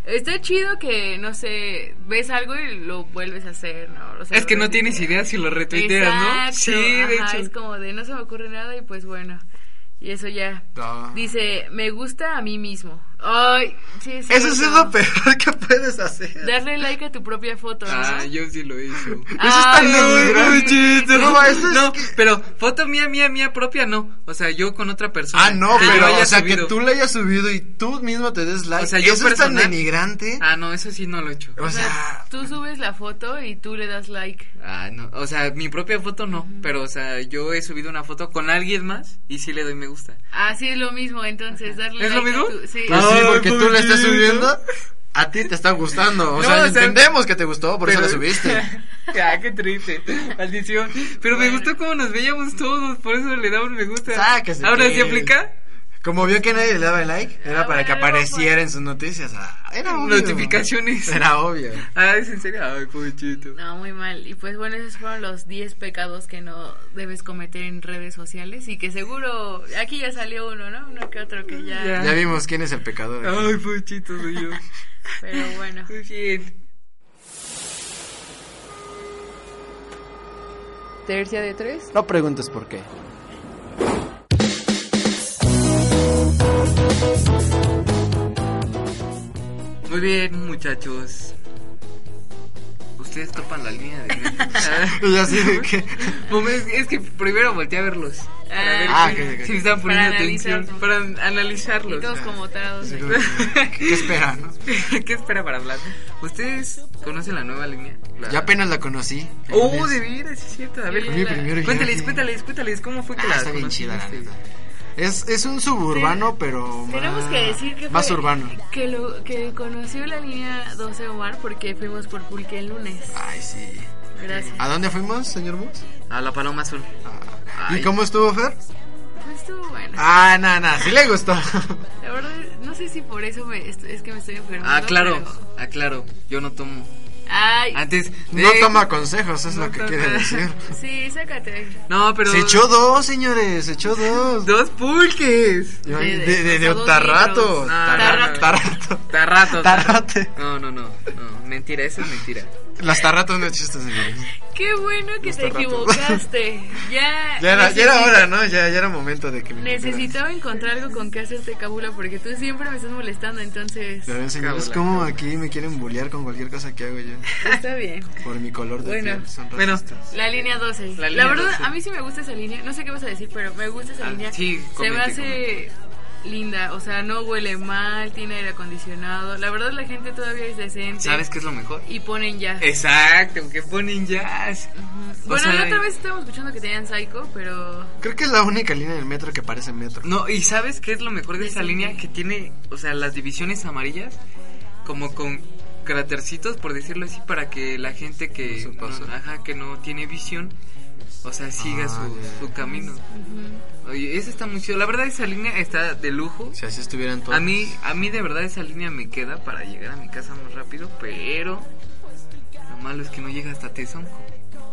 Speaker 2: Está chido que, no sé, ves algo y lo vuelves a hacer, ¿no? O sea,
Speaker 1: Es que no tienes
Speaker 2: retuitear.
Speaker 1: idea si lo retuiteas, ¿no?
Speaker 2: Exacto,
Speaker 1: Sí, de
Speaker 2: ajá,
Speaker 1: hecho.
Speaker 2: es como de no se me ocurre nada y pues bueno. Y eso ya.
Speaker 3: No.
Speaker 2: Dice, me gusta a mí mismo. Ay, sí, es
Speaker 3: Eso sí es
Speaker 2: cierto.
Speaker 3: lo peor que puedes hacer.
Speaker 2: Darle like a tu propia foto. ¿no?
Speaker 1: Ah, yo sí lo he hecho.
Speaker 3: Eso es tan
Speaker 2: Ay,
Speaker 3: denigrante.
Speaker 1: Ah, No,
Speaker 3: No, eso es que-
Speaker 1: pero foto mía, mía, mía propia no. O sea, yo con otra persona.
Speaker 3: Ah, no,
Speaker 1: que yo
Speaker 3: pero
Speaker 1: haya
Speaker 3: o sea,
Speaker 1: subido.
Speaker 3: que tú la hayas subido y tú mismo te des like.
Speaker 1: O sea, yo
Speaker 3: Eso es
Speaker 1: personal-
Speaker 3: tan denigrante.
Speaker 1: Ah, pues, no, eso sí no lo he hecho.
Speaker 3: o sea,
Speaker 2: tú subes la foto y tú le das like.
Speaker 1: Ah, no, o sea, mi propia foto no, pero o sea, yo he subido una foto con alguien más y sí le doy me gusta.
Speaker 2: Así Ah, es lo mismo, entonces darle
Speaker 1: ¿Es lo
Speaker 2: like. a
Speaker 1: mismo? Ah.
Speaker 2: tu- sí.
Speaker 3: pues sí,
Speaker 1: Ay,
Speaker 3: porque tú la estás
Speaker 1: pobrecito.
Speaker 3: subiendo, a ti te está gustando. O
Speaker 1: No,
Speaker 3: sea,
Speaker 1: o sea,
Speaker 3: entendemos que te gustó, por eso
Speaker 1: Pero-
Speaker 3: la subiste.
Speaker 1: *laughs* ah, qué triste. Maldición. Pero me gustó cómo nos veíamos todos, por eso le daba un me gusta.
Speaker 3: Sáquese,
Speaker 1: Ahora sí
Speaker 3: pues.
Speaker 1: aplica.
Speaker 3: Como vio que nadie le daba like, era
Speaker 2: Ah,
Speaker 3: para que
Speaker 2: bueno, luego,
Speaker 3: apareciera en sus noticias. Ah, era obvio.
Speaker 1: pues. Notificaciones.
Speaker 3: Era obvio.
Speaker 1: Ah, es en serio. Ay, pobrecito.
Speaker 2: No, muy mal. Y pues bueno, esos fueron los 10 pecados que no debes cometer en redes sociales y que seguro aquí ya salió uno, ¿no? Uno que otro que ya.
Speaker 1: Ya.
Speaker 3: Ya vimos quién es el pecador. aquí.
Speaker 1: Ay, pobrecito soy yo.
Speaker 2: Pero bueno.
Speaker 1: Muy bien.
Speaker 4: Tercia de tres.
Speaker 3: No preguntes por *laughs* qué.
Speaker 1: Muy bien, muchachos. Ustedes topan la línea de meta. *laughs*
Speaker 2: *laughs*
Speaker 3: Y así de que.
Speaker 1: Pues es- Es que primero volteé a verlos. Para ver
Speaker 3: Ah,
Speaker 1: si-
Speaker 3: que- que-
Speaker 1: si me están poniendo
Speaker 2: Para
Speaker 1: atención.
Speaker 2: analizarlos.
Speaker 1: Para
Speaker 2: Y
Speaker 1: analizarlos.
Speaker 2: todos como tarados. ahí.
Speaker 3: ¿Qué espera, no?
Speaker 1: *laughs* ¿Qué espera para hablar? ¿Ustedes conocen la nueva línea? La-
Speaker 3: Yo apenas la conocí.
Speaker 1: Oh, de veras, sí es cierto. A ver,
Speaker 3: Fue mi
Speaker 2: la-
Speaker 3: primer viaje.
Speaker 1: cuéntales, cuéntales, cuéntales. ¿Cómo fue que
Speaker 3: Ah,
Speaker 1: la
Speaker 3: está bien chida, la
Speaker 1: conociste?
Speaker 3: neta. Es, es un suburbano, pero.
Speaker 2: Tenemos
Speaker 3: más-
Speaker 2: que decir que fue-
Speaker 3: Más urbano.
Speaker 2: Que, lo, que conoció la línea 12 Omar porque fuimos por Pulque el lunes.
Speaker 3: Ay, sí.
Speaker 2: Gracias.
Speaker 1: Ah.
Speaker 3: ¿A dónde fuimos, señor Moss?
Speaker 1: A la paloma azul.
Speaker 3: ¿Y
Speaker 1: Ah, Ay.
Speaker 3: cómo estuvo Fer?
Speaker 2: Pues estuvo bueno.
Speaker 1: *laughs*
Speaker 3: Ah, nada, nada, sí le gustó.
Speaker 2: La verdad, no sé si por eso me, es, es que me estoy enfermando.
Speaker 1: Ah, claro,
Speaker 2: pero- Eh,
Speaker 1: ah, claro. Yo no tomo.
Speaker 2: Ay,
Speaker 1: Antes.
Speaker 3: No
Speaker 1: de-
Speaker 3: toma consejos, es
Speaker 2: no
Speaker 3: lo que
Speaker 2: toca.
Speaker 3: quiere decir.
Speaker 2: Sí, sácate.
Speaker 1: No, *laughs* pero.
Speaker 3: Se echó dos, señores, se echó dos.
Speaker 1: Dos pulques.
Speaker 3: Yo-
Speaker 2: De-
Speaker 3: De,
Speaker 2: de-
Speaker 3: de, de,
Speaker 2: dos
Speaker 3: un tarrato.
Speaker 2: litros.
Speaker 1: No, no, no.
Speaker 3: Tarra- Tarrato.
Speaker 1: Tarrato.
Speaker 3: Tarrate.
Speaker 1: No, no, no, no. Mentira, eso es mentira.
Speaker 3: Las tarratos no existen, señores.
Speaker 2: Qué bueno que
Speaker 3: Los
Speaker 2: te
Speaker 3: tarratos.
Speaker 2: equivocaste. Ya.
Speaker 3: *laughs* Ya era, ya era
Speaker 2: necesito-
Speaker 3: hora, ¿no? Ya, ya era momento de que me
Speaker 2: Necesitaba encontrar algo con que hacerte cabula porque tú siempre me estás molestando, entonces
Speaker 3: Ya ven, señores,
Speaker 1: Cabula,
Speaker 3: como aquí me quieren bullear con cualquier cosa que hago yo.
Speaker 2: está bien.
Speaker 3: Por mi color de
Speaker 2: Bueno,
Speaker 3: piel. Son
Speaker 1: bueno.
Speaker 3: racistas.
Speaker 2: La línea 12. La,
Speaker 1: La línea
Speaker 2: verdad,
Speaker 1: 12.
Speaker 2: a mí sí me gusta esa línea. No sé qué vas a decir, pero me gusta esa
Speaker 1: Ah,
Speaker 2: línea.
Speaker 1: sí,
Speaker 2: Se me
Speaker 1: comente,
Speaker 2: hace linda, o sea, no huele mal, tiene aire acondicionado. La verdad, la gente todavía es decente.
Speaker 1: ¿Sabes qué es lo mejor?
Speaker 2: Y ponen ya.
Speaker 1: Exacto, que ponen jazz. o
Speaker 2: bueno,
Speaker 1: sea,
Speaker 2: la otra vez estábamos escuchando que tenían Psycho, pero.
Speaker 3: Creo que es la única línea del metro que parece metro.
Speaker 1: No, y ¿sabes qué es lo mejor de esa línea? Que tiene, o sea, las divisiones amarillas como con crátercitos, por decirlo así, para que la gente que
Speaker 3: No se pase.
Speaker 1: no, ajá, que no tiene visión, o sea, siga
Speaker 3: Ah,
Speaker 1: su,
Speaker 3: ya.
Speaker 1: su camino. Oye, esa está muy chido. La verdad esa línea está de lujo.
Speaker 3: Si así estuvieran todos.
Speaker 1: A mí, a mí de verdad esa línea me queda para llegar a mi casa más rápido, pero lo malo es que no llega hasta Tezonco,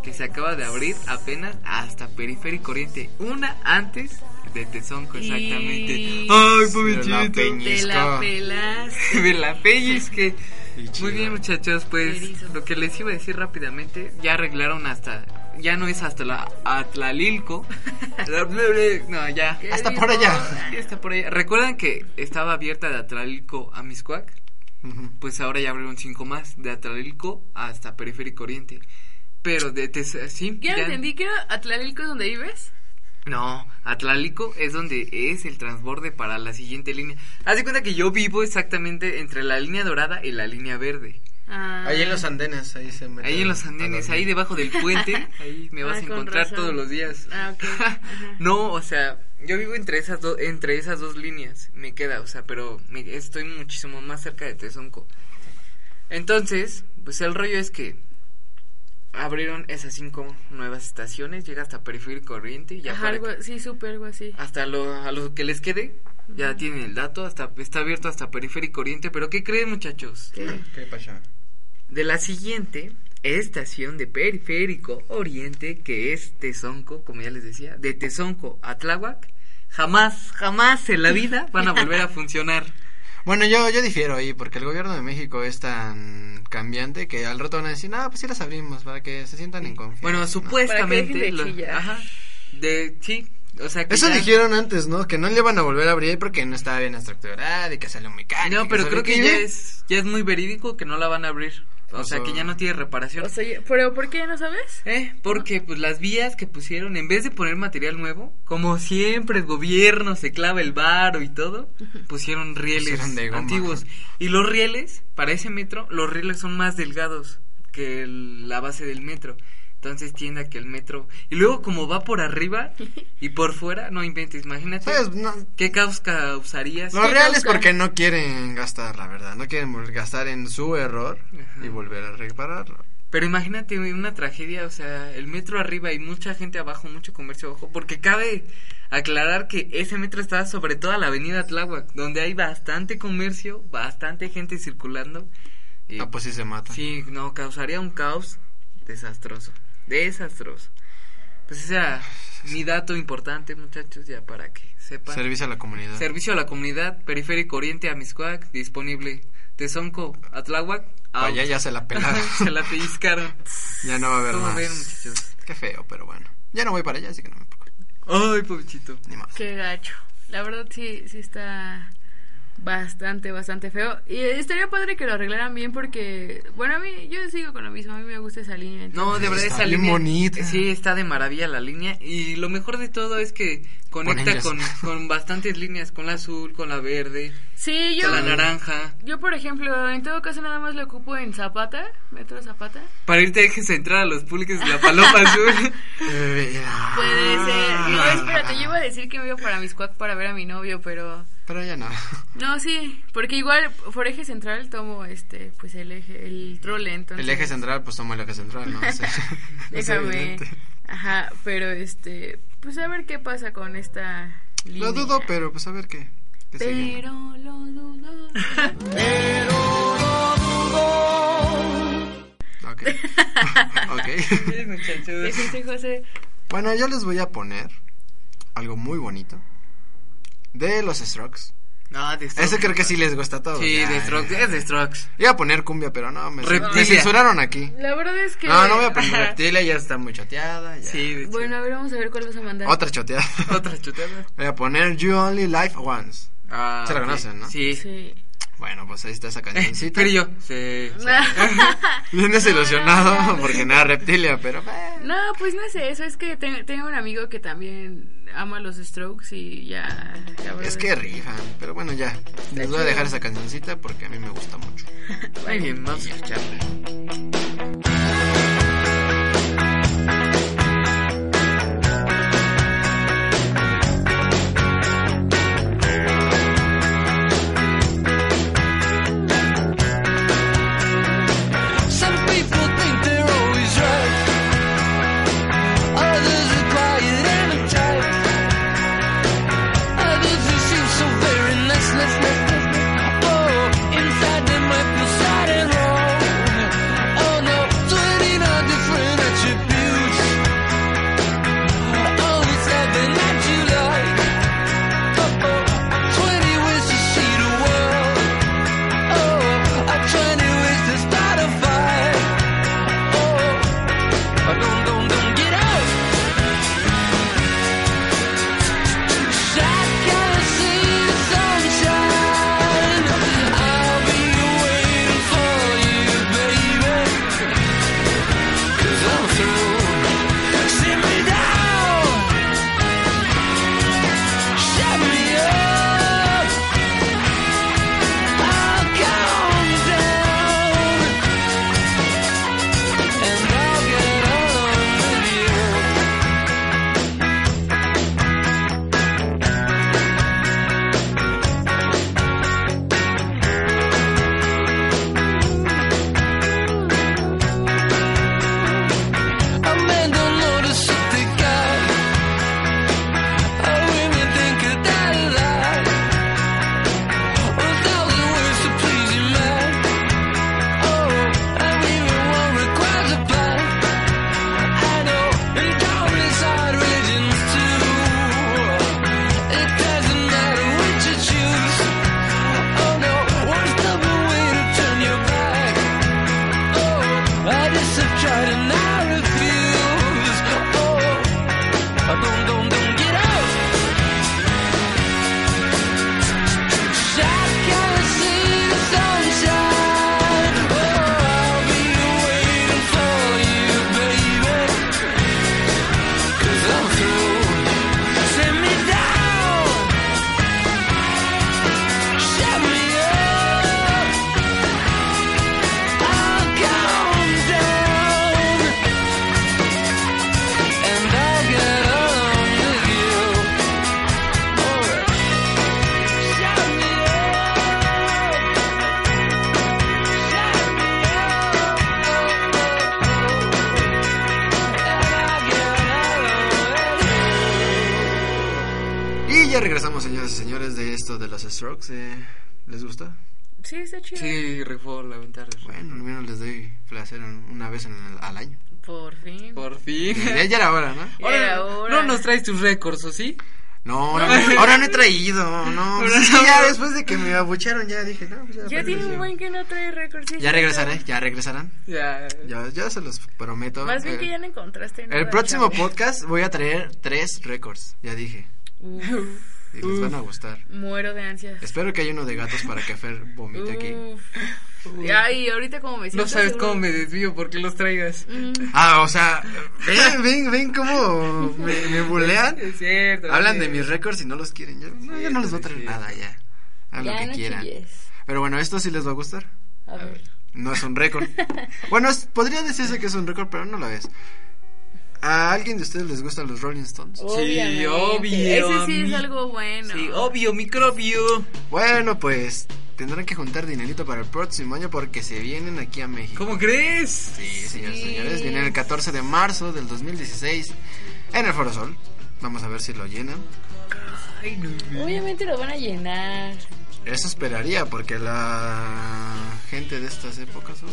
Speaker 1: que se acaba de abrir apenas hasta Periférico Oriente, una antes de Tezonco
Speaker 2: Y-
Speaker 1: exactamente. *laughs* Ah, Ay,
Speaker 3: De la
Speaker 1: pobrecito.
Speaker 3: peña.
Speaker 2: Te la
Speaker 3: Ñisco.
Speaker 2: pelas.
Speaker 1: De la pellis que
Speaker 3: Y chido.
Speaker 1: muy bien muchachos, pues
Speaker 2: Erizo.
Speaker 1: lo que les iba a decir rápidamente, ya arreglaron hasta ya no es hasta la Atlalilco. no, ya.
Speaker 3: Hasta por allá.
Speaker 1: Ya está por allá. ¿Recuerdan que estaba abierta de Atralilco a Miscuac?
Speaker 3: Ujú.
Speaker 1: Pues ahora ya abrieron cinco más, de Atralilco hasta Periférico Oriente. Pero de Tez- eh, sí,
Speaker 2: Ya entendí que era Atlalilco es donde vives.
Speaker 1: No, Atlalico es donde es el transborde para la siguiente línea. Haz de cuenta que yo vivo exactamente entre la línea dorada y la línea verde.
Speaker 2: Ah,
Speaker 3: Ahí en los andenes, ahí se meten
Speaker 1: Ahí en los
Speaker 3: a
Speaker 1: andenes,
Speaker 3: dormir.
Speaker 1: ahí debajo del
Speaker 2: *laughs*
Speaker 1: puente, ahí me vas
Speaker 2: Ah,
Speaker 1: a
Speaker 2: con
Speaker 1: encontrar
Speaker 2: razón.
Speaker 1: todos los días.
Speaker 2: Ah,
Speaker 1: *laughs*
Speaker 2: ok. Ajá.
Speaker 1: no, o sea, yo vivo entre esas dos, entre esas dos líneas, me queda, o sea, pero me- estoy muchísimo más cerca de Tezonco. Entonces, pues el rollo es que abrieron esas cinco nuevas estaciones, llega hasta Periférico Oriente, y ya
Speaker 2: Ajá,
Speaker 1: para
Speaker 2: algo,
Speaker 1: que-
Speaker 2: sí, súper algo así.
Speaker 1: hasta lo, a lo que les quede, ya tienen el dato, hasta está abierto hasta Periférico Oriente, pero ¿qué creen muchachos?
Speaker 3: ¿Qué pasa?
Speaker 1: De la siguiente estación de Periférico Oriente, que es Tezonco, como ya les decía, de Tezonco a Tláhuac, jamás, jamás en la vida van a volver a funcionar.
Speaker 3: Bueno, yo, yo difiero ahí, porque el gobierno de México es tan cambiante que al rato van a decir, ah, pues sí las abrimos, para que se sientan *laughs* en confianza.
Speaker 1: Bueno,
Speaker 3: ¿no?
Speaker 1: supuestamente...
Speaker 2: Para que dejen de
Speaker 1: lo-
Speaker 2: chillar.
Speaker 1: ajá, de, sí, o sea que
Speaker 3: Eso
Speaker 1: ya-
Speaker 3: dijeron antes, ¿no? Que no le iban a volver a abrir porque no estaba bien estructurada y que salió muy caro.
Speaker 1: No, pero creo que ya es, ya es muy verídico que no la van a abrir. O,
Speaker 3: O
Speaker 1: sea,
Speaker 3: sea-
Speaker 1: que ya no tiene reparación.
Speaker 2: O sea, yo- pero ¿por qué no sabes?
Speaker 1: Eh, porque pues las vías que pusieron, en vez de poner material nuevo, como siempre el gobierno se clava el varo y todo, pusieron rieles
Speaker 3: Pusieron Pues de goma.
Speaker 1: antiguos. Y los rieles, para ese metro, los rieles son más delgados que el- la base del metro. Entonces tiende a que el metro... Y luego como va por arriba y por fuera, no inventes, imagínate.
Speaker 3: ¿Sabes? No,
Speaker 1: ¿Qué caos causarías?
Speaker 3: lo real es
Speaker 2: causa?
Speaker 3: porque no quieren gastar, la verdad. No quieren vol- gastar en su error y volver a repararlo.
Speaker 1: Pero imagínate güey, una tragedia, o sea, el metro arriba y mucha gente abajo, mucho comercio abajo, porque cabe aclarar que ese metro está sobre toda la avenida Tláhuac, donde hay bastante comercio, bastante gente circulando. y-
Speaker 3: Ah, pues sí se mata.
Speaker 1: Sí, no, causaría un caos desastroso, desastroso. Pues ese era mi dato importante, muchachos, ya para que sepan.
Speaker 3: Servicio a la comunidad.
Speaker 1: Servicio a la comunidad, Periférico Oriente a Miscuac, disponible. Tezonco, Atláhuac,
Speaker 3: Pa' allá
Speaker 1: out.
Speaker 3: ya se la pelaron.
Speaker 1: *laughs* se la pellizcaron.
Speaker 3: *laughs* ya no va a haber
Speaker 1: ¿Cómo
Speaker 3: más.
Speaker 1: ven, muchachos?
Speaker 3: Qué feo, pero bueno. Ya no voy para allá, así que no me importa.
Speaker 1: Ay, pobrecito.
Speaker 3: Ni más.
Speaker 2: Qué gacho. La verdad sí, sí está bastante, bastante feo. Y estaría padre que lo arreglaran bien porque, bueno, a mí yo sigo con lo mismo, a mí me gusta esa línea. entonces-
Speaker 1: No, de verdad
Speaker 3: Está
Speaker 1: esa
Speaker 3: bien
Speaker 1: línea.
Speaker 3: bonita.
Speaker 1: Sí, está de maravilla la línea. Y lo mejor de todo es que conecta
Speaker 3: ellas.
Speaker 1: con, con bastantes líneas, con la azul, con la verde,
Speaker 2: Sí, yo...
Speaker 1: con la naranja.
Speaker 2: Yo, por ejemplo, en todo caso nada más lo ocupo en Zapata, Metro Zapata.
Speaker 1: Para irte dejes entrar a los pulques de la paloma
Speaker 2: *laughs*
Speaker 1: azul.
Speaker 3: Eh, ah,
Speaker 2: Puede ser. Y No, espérate, yo iba a decir que me iba para Miscuac para ver a mi novio, pero...
Speaker 3: Pero ya no.
Speaker 2: No, sí, porque igual por eje central tomo este, pues el eje, el trole, entonces...
Speaker 3: El eje central, pues toma el eje
Speaker 1: *laughs*
Speaker 3: central, ¿no? Sí. *laughs* Es
Speaker 2: Déjame.
Speaker 3: evidente.
Speaker 2: Ajá, pero este, pues a ver qué pasa con esta línea.
Speaker 3: Lo dudo, pero pues a ver qué. que sigue.
Speaker 2: Pero lo dudo.
Speaker 3: *laughs* Ok.
Speaker 1: Sí,
Speaker 3: ok. *laughs*
Speaker 2: Le
Speaker 1: muchachos.
Speaker 2: José José.
Speaker 3: bueno, yo les voy a poner algo muy bonito de los Strokes.
Speaker 1: No, de Strokes.
Speaker 3: Ese creo que sí les gusta a todos.
Speaker 1: Sí,
Speaker 3: ya,
Speaker 1: de Strokes.
Speaker 3: ya.
Speaker 1: Es de Strokes.
Speaker 3: Iba a poner cumbia, pero no, me,
Speaker 1: Reptilia.
Speaker 3: me censuraron aquí.
Speaker 2: La verdad es que.
Speaker 3: No, no voy a poner
Speaker 2: Ajá.
Speaker 3: reptilia, ya está muy choteada. ya.
Speaker 1: Sí, de hecho.
Speaker 2: Bueno, a ver, vamos a ver cuál vas a mandar.
Speaker 3: Otra choteada.
Speaker 1: Otra chutada.
Speaker 3: *laughs* voy a poner You Only Live Once.
Speaker 1: Ah,
Speaker 3: Se la
Speaker 1: ok.
Speaker 3: conocen, ¿no?
Speaker 1: Sí. *laughs*
Speaker 2: Sí.
Speaker 3: Bueno, pues ahí está esa cancioncita.
Speaker 1: Pero yo. Sí.
Speaker 2: *laughs* Ah.
Speaker 3: Bien
Speaker 2: No, no,
Speaker 3: desilusionado
Speaker 2: no.
Speaker 3: porque nada reptilia, pero eh,
Speaker 2: No, pues no sé, eso es que te- tengo un amigo que también ama los strokes y ya. la verdad
Speaker 3: es que rifan. Pero bueno, ya. Les voy a dejar esa cancioncita porque a mí me gusta mucho.
Speaker 1: *laughs* Muy bien, vamos a escucharla.
Speaker 5: Some people think they're always right. Others are quiet and uptight. Others who seem so very restless. Oh, inside they might feel sad and wrong. Oh no, 29 different attributes. Only seven that you like. Oh, oh, 20 ways to see the world. Oh, I try to waste to start a fire. Oh, don't, don't, don't get out. I can see the sunshine. I'll be waiting for you, baby. Cause I'm through. Sit me down. Shut me up. I'll calm down and I'll get on with you. A man don't notice what they got. A women think of that a lot. One thousand words to please your man. Oh, and even one requires a plan. I know intolerance hard regions too. It doesn't matter which you choose. Oh no, one stubborn way to turn your back. Oh, I just have tried and I refuse. Oh, don't, don't, don't get out. I can see the sunshine. Oh, I'll be waiting for you, baby. 'Cause I'm through. Set me down, shut me up. I'll calm down, and I'll get on with you. Alright. Shut me up. Shut me up. And I get out of it.
Speaker 3: Y ya regresamos, señoras y señores, de esto de los Strokes. eh, ¿Les gusta?
Speaker 2: Sí, está chido.
Speaker 1: Sí, rifó la ventana.
Speaker 3: Bueno, al menos les doy placer en- una vez en el- al
Speaker 2: *laughs*
Speaker 3: año.
Speaker 2: Por fin.
Speaker 1: Por fin.
Speaker 3: Ya, ya era hora, ¿no?
Speaker 2: Era
Speaker 1: Ahora,
Speaker 2: hora.
Speaker 1: Eh, no nos traes tus récords, ¿o sí?
Speaker 3: No,
Speaker 2: *laughs*
Speaker 3: no, ahora no he traído, no. pues es que ya después de que me abucharon, ya dije, no, pues
Speaker 2: Ya tiene un buen que no trae récords. sí,
Speaker 3: Ya
Speaker 2: sí,
Speaker 3: regresaré, ya regresarán.
Speaker 1: Ya.
Speaker 3: Ya, ya se los prometo.
Speaker 2: Más bien
Speaker 3: Eh,
Speaker 2: que ya no encontraste nada,
Speaker 3: El próximo
Speaker 2: chavo.
Speaker 3: podcast voy a traer tres récords, ya dije.
Speaker 2: Uf,
Speaker 3: Y les van a gustar.
Speaker 2: muero de ansias.
Speaker 3: Espero que haya uno de gatos para que Fer vomite aquí.
Speaker 2: Uf. Ay, ahorita como me siento.
Speaker 1: No sabes
Speaker 2: seguro- mm,
Speaker 1: cómo me desvío porque los traigas.
Speaker 3: Ah, o sea,
Speaker 1: *laughs*
Speaker 3: ven, ven, ven cómo me, me bulean.
Speaker 1: Es cierto.
Speaker 3: Hablan
Speaker 1: sí.
Speaker 3: de mis récords y no los quieren. Ya no, ya no les voy a traer nada, ya. Hagan lo
Speaker 2: Ya
Speaker 3: que
Speaker 2: no
Speaker 3: quieran.
Speaker 2: chilles.
Speaker 3: Pero bueno, esto sí les va a gustar.
Speaker 2: A ver.
Speaker 3: No es un
Speaker 2: *laughs*
Speaker 3: récord. bueno, es- podría decirse que es un récord, pero no lo es. ¿A alguien de ustedes les gustan los Rolling Stones?
Speaker 2: Oh, Obviamente.
Speaker 1: obvio,
Speaker 2: Ese sí es
Speaker 1: ami-
Speaker 2: algo bueno.
Speaker 1: Sí, obvio, microbio.
Speaker 3: Bueno, pues tendrán que juntar dinerito para el próximo año porque se vienen aquí a México.
Speaker 1: ¿Cómo crees?
Speaker 3: Sí, señores, señores, viene el 14 de marzo del 2016 en el Foro Sol. Vamos a ver si lo llenan. Ay, no me-
Speaker 2: Obviamente lo van a llenar.
Speaker 3: Eso esperaría, porque la gente de estas épocas uy,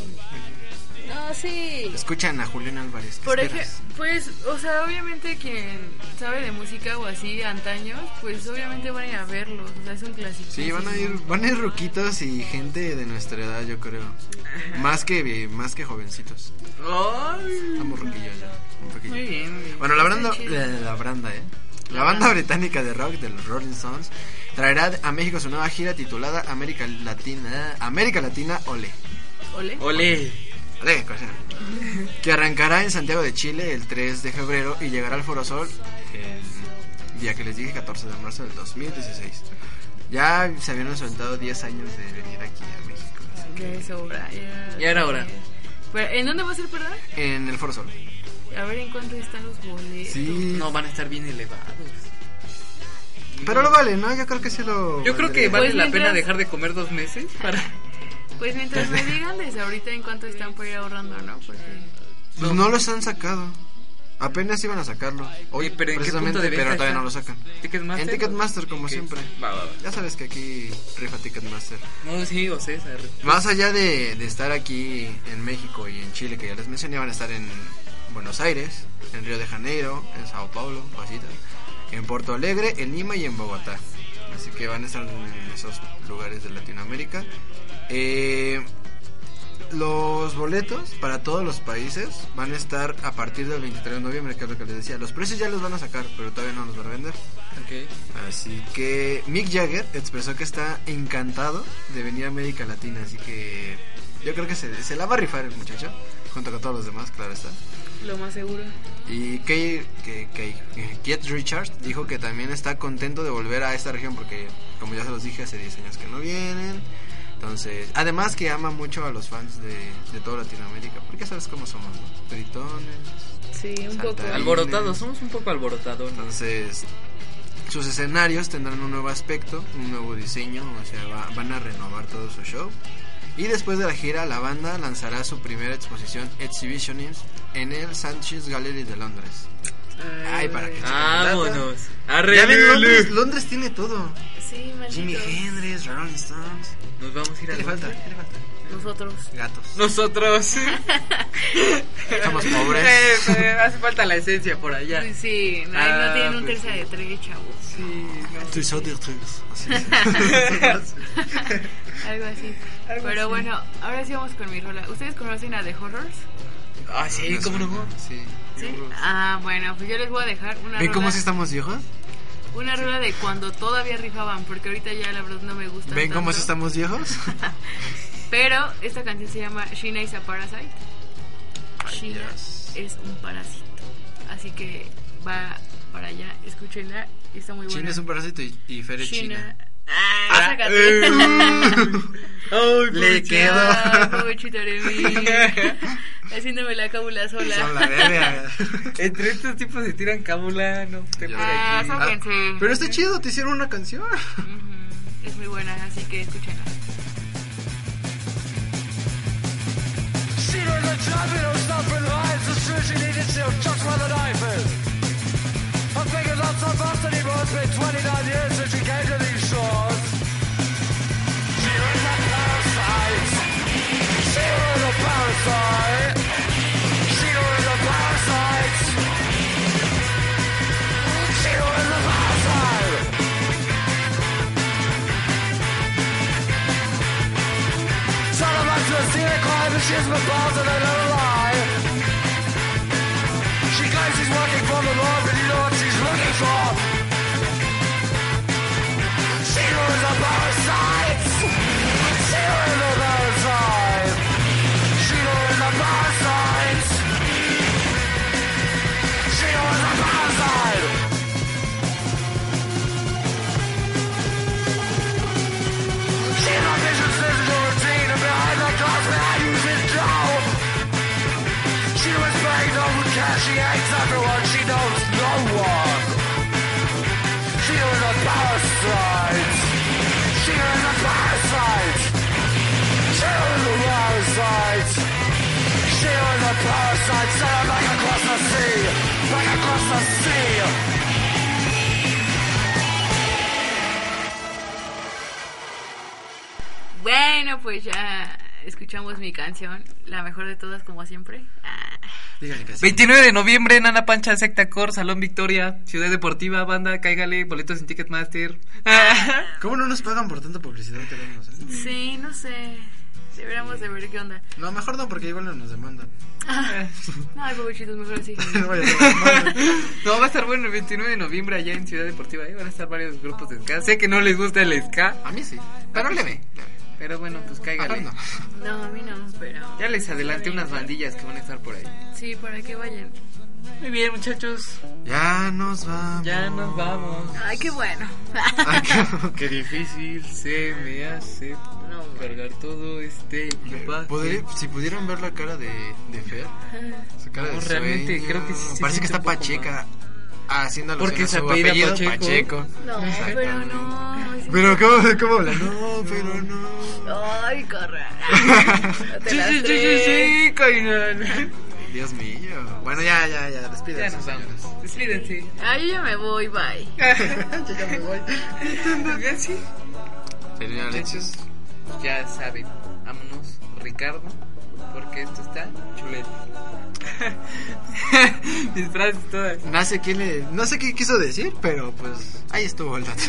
Speaker 2: No, sí.
Speaker 3: escuchan a Julián Álvarez. ¿qué
Speaker 2: Por ejemplo,
Speaker 3: esperas?
Speaker 2: pues, o sea, obviamente quien sabe de música o así antaño, pues obviamente van a ir a verlo. O sea, es un clásico.
Speaker 3: Sí, van a ir, van a ir ruquitos y gente de nuestra edad, yo creo. Más que, más que jovencitos.
Speaker 1: Ay,
Speaker 3: Estamos ruquillos ya. un poquillo.
Speaker 1: muy bien, muy bien.
Speaker 3: Bueno, la branda,
Speaker 2: Está chido.
Speaker 3: la, la branda, ¿eh? La banda británica de rock de los Rolling Stones traerá a México su nueva gira titulada América Latina, América Latina Ole.
Speaker 2: ¿Ole?
Speaker 1: Ole.
Speaker 3: Ole, cosa. pues. Que arrancará en Santiago de Chile el 3 de febrero y llegará al Foro Sol el día que les dije, 14 de marzo del 2016. Ya se habían soltado 10 años de venir aquí a México. así
Speaker 2: Ya es hora, ya.
Speaker 1: Ya era hora.
Speaker 2: Pero, ¿En dónde va a ser, perdón?
Speaker 3: que- En el Foro Sol.
Speaker 2: A ver en cuánto están los boletos.
Speaker 3: Sí.
Speaker 1: No, van a estar bien elevados.
Speaker 3: Pero lo vale, ¿no? Yo creo que sí lo...
Speaker 1: Yo creo que
Speaker 3: valdría.
Speaker 1: vale
Speaker 2: Pues
Speaker 1: la pena
Speaker 2: mientras-
Speaker 1: dejar de comer dos meses *laughs* para...
Speaker 2: Pues mientras me digan desde ahorita en cuánto están por ir ahorrando, ¿no? Porque
Speaker 3: Pues no los han sacado. Apenas iban a sacarlo.
Speaker 1: Oye, pero ¿en qué
Speaker 3: Precisamente,
Speaker 1: punto de venta
Speaker 3: Pero todavía
Speaker 1: están?
Speaker 3: no lo sacan.
Speaker 1: ¿Ticketmaster?
Speaker 3: En Ticketmaster, como
Speaker 1: Ok.
Speaker 3: siempre.
Speaker 1: Va, va, va.
Speaker 3: Ya sabes que aquí rifa Ticketmaster.
Speaker 1: No, sí, o César.
Speaker 3: Más allá de, de estar aquí en México y en Chile, que ya les mencioné, van a estar en Buenos Aires, en Río de Janeiro, en Sao Paulo, Pasitas, en Porto Alegre, en Lima y en Bogotá. Así que van a estar en esos lugares de Latinoamérica. Eh, los boletos para todos los países van a estar a partir del 23 de noviembre, que es lo que les decía. Los precios ya los van a sacar, pero todavía no los van a vender.
Speaker 1: Ok.
Speaker 3: Así que Mick Jagger expresó que está encantado de venir a América Latina, así que yo creo que se, se la va a rifar el muchacho, junto con todos los demás, claro está.
Speaker 2: lo más seguro.
Speaker 3: Y Kate, que, que- Keith Richards dijo que también está contento de volver a esta región porque, como ya se los dije, hace 10 años que no vienen. Entonces, además que ama mucho a los fans de, de toda Latinoamérica, porque sabes cómo somos, ¿no? Tritones,
Speaker 2: Sí, un
Speaker 3: Salta.
Speaker 2: poco.
Speaker 1: Alborotados, somos un poco alborotados. ¿no?
Speaker 3: Entonces, sus escenarios tendrán un nuevo aspecto, un nuevo diseño, o sea, va- van a renovar todo su show. Y después de la gira, la banda lanzará su primera exposición Exhibitionist en el Sanchez Gallery de Londres. Ay, para que
Speaker 1: Vámonos.
Speaker 3: Ya pues,
Speaker 1: Arre,
Speaker 3: ven,
Speaker 1: Lulu.
Speaker 3: Londres, Londres tiene todo.
Speaker 2: Sí,
Speaker 3: Jimi
Speaker 2: maldito.
Speaker 3: Hendrix, Rolling Stones.
Speaker 1: Nos vamos a ir
Speaker 3: ¿Qué
Speaker 1: a
Speaker 3: le falta?
Speaker 1: Londres.
Speaker 3: ¿Qué le falta?
Speaker 2: Nosotros.
Speaker 3: Gatos.
Speaker 1: Nosotros. *laughs*
Speaker 3: Somos
Speaker 1: Eh,
Speaker 3: pobres.
Speaker 1: eh, hace falta la esencia por allá.
Speaker 2: Sí, sí, no,
Speaker 1: Ah,
Speaker 2: no tienen un
Speaker 1: pues
Speaker 2: tercer de tres, chavos.
Speaker 1: Sí,
Speaker 3: Tus odios, tus- Así es.
Speaker 1: *laughs*
Speaker 2: *laughs* Algo así.
Speaker 1: Algo
Speaker 2: Pero
Speaker 1: así.
Speaker 2: bueno, ahora sí vamos con mi rola. ¿Ustedes conocen a The Horrors?
Speaker 1: Ah, sí,
Speaker 3: Me
Speaker 1: ¿cómo no?
Speaker 3: suena, Sí.
Speaker 2: Sí. Ah, bueno, pues yo les voy a dejar una
Speaker 3: ¿Ven
Speaker 2: rola,
Speaker 3: cómo sí estamos viejos?
Speaker 2: una rola de cuando todavía rifaban, porque ahorita ya la verdad no me gusta.
Speaker 3: ¿Ven cómo sí estamos viejos?
Speaker 2: Pero esta canción se llama Sheena is a Parasite. Sheena
Speaker 3: yes.
Speaker 2: es un parásito. Así que va para allá, escúchenla. Está muy buena.
Speaker 3: China es un parásito y, y Fer es China. eh.
Speaker 2: Ah, *laughs* sácate.
Speaker 1: Ay,
Speaker 3: Le
Speaker 1: pucha.
Speaker 3: quedó.
Speaker 2: Ah, pobrecita
Speaker 3: *laughs*
Speaker 2: de mí. Haciéndome la cábula sola.
Speaker 3: Son la verga.
Speaker 1: Entre estos tipos se tiran cábula, no te
Speaker 3: Ya.
Speaker 2: Ah,
Speaker 1: aquí.
Speaker 2: sáquense.
Speaker 3: Pero está chido, te hicieron una canción.
Speaker 2: Ujú, Es muy buena, así que escúchenla.
Speaker 5: She don't look happy, no stopping her eyes. The true she needed, she'll just where the knife is. I'm thinking not so fast anymore. It's been 29 years since she came to these shores. She was a parasite. She was a parasite. She was a parasite. She was a parasite. Son of a sincere crime and she's been balls and they don't lie. She claims she's working for the law, but you know what she's looking for. She was a parasite. She was a parasite. She was a parasite. She was a parasite. She loved me since this is a routine, and behind that glass man uses dough. She was begging over cash, she hates everyone, she knows no one. She was a parasite. She was a parasite. She was a parasite. She was a parasite, set her back across the sea, back across the sea.
Speaker 2: Bueno, pues ya escuchamos mi canción, la mejor de todas como siempre. Ah,
Speaker 3: Díganle que sí.
Speaker 1: 29 de noviembre, Nana Pancha, Secta Core, Salón Victoria, Ciudad Deportiva, Banda, cáigale, boletos en Ticketmaster.
Speaker 3: ¿Cómo no nos pagan por tanta publicidad que damos? eh?
Speaker 2: Sí, no sé. Deberíamos de ver qué onda.
Speaker 3: No, mejor no, porque igual no nos demandan. *laughs*
Speaker 2: No, hay pobrecitos, mejor así.
Speaker 3: Vaya, no, no.
Speaker 1: *laughs* no, va a estar bueno el 29 de noviembre allá en Ciudad Deportiva, ¿eh? van a estar varios grupos de ska. Sé que no les gusta el ska,
Speaker 3: A mí sí, pero leve. leve.
Speaker 1: pero bueno, pues cáigale.
Speaker 3: Ajá, Ah, no.
Speaker 2: No, a mí no, pero.
Speaker 1: Ya les adelanté unas bandillas que van a estar por ahí.
Speaker 2: Sí, para que vayan.
Speaker 1: Muy bien, muchachos,
Speaker 3: Ya nos vamos.
Speaker 1: ya nos vamos.
Speaker 2: Ay, qué bueno. *laughs*
Speaker 3: Ay, qué-
Speaker 1: Qué difícil se me hace cargar todo este equipaje.
Speaker 3: Podría- si pudieran ver la cara de, de Fer, su cara
Speaker 1: No,
Speaker 3: de
Speaker 1: realmente
Speaker 3: sueño.
Speaker 1: creo que sí se
Speaker 3: Parece
Speaker 1: siente
Speaker 3: que está
Speaker 1: un poco
Speaker 3: Pacheca haciendo alusión
Speaker 1: Porque
Speaker 3: a
Speaker 1: se
Speaker 3: su
Speaker 1: apellida
Speaker 3: apellido
Speaker 1: Pacheco.
Speaker 3: Pacheco.
Speaker 2: No, pero no. sí.
Speaker 3: Pero ¿cómo, cómo habla? No, pero no.
Speaker 2: Ay, corra. No te
Speaker 1: Sí,
Speaker 2: las
Speaker 1: sí, sí, sí,
Speaker 2: crees.
Speaker 1: sí, Kainan.
Speaker 3: Dios mío. Bueno, ya, ya, ya,
Speaker 1: Ya
Speaker 3: despídense.
Speaker 1: nos vamos. Despídense.
Speaker 2: Ay, yo ya me voy, bye.
Speaker 3: Yo ya me voy.
Speaker 1: Ya sí.
Speaker 3: Señor Alexis,
Speaker 1: Ya saben, vámonos, Ricardo, porque esto está *laughs* chulete. Mis frases todas.
Speaker 3: no sé quién le- no sé qué quiso decir, pero pues ahí estuvo el
Speaker 1: *laughs*
Speaker 3: dato.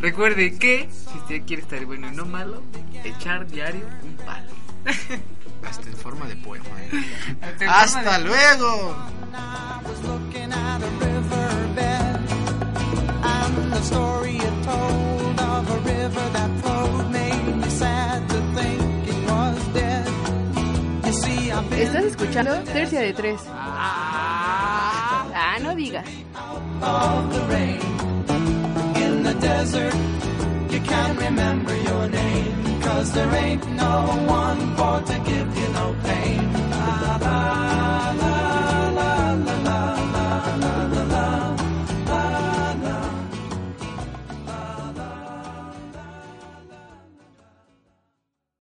Speaker 1: Recuerde que si usted quiere estar bueno y no malo, echar diario un palo.
Speaker 3: Hasta en forma de poema. eh.
Speaker 1: Hasta el
Speaker 3: Hasta
Speaker 1: programa
Speaker 3: luego.
Speaker 6: was looking at a riverbed and the story it told of a river that flowed made me sad to think it was dead. You see, I've been
Speaker 4: Estás escuchando Tercia de Tres. Ah, no digas.
Speaker 6: of the rain in the desert. You can't remember your name 'cause there ain't no one for to give you no pain. La, la, la.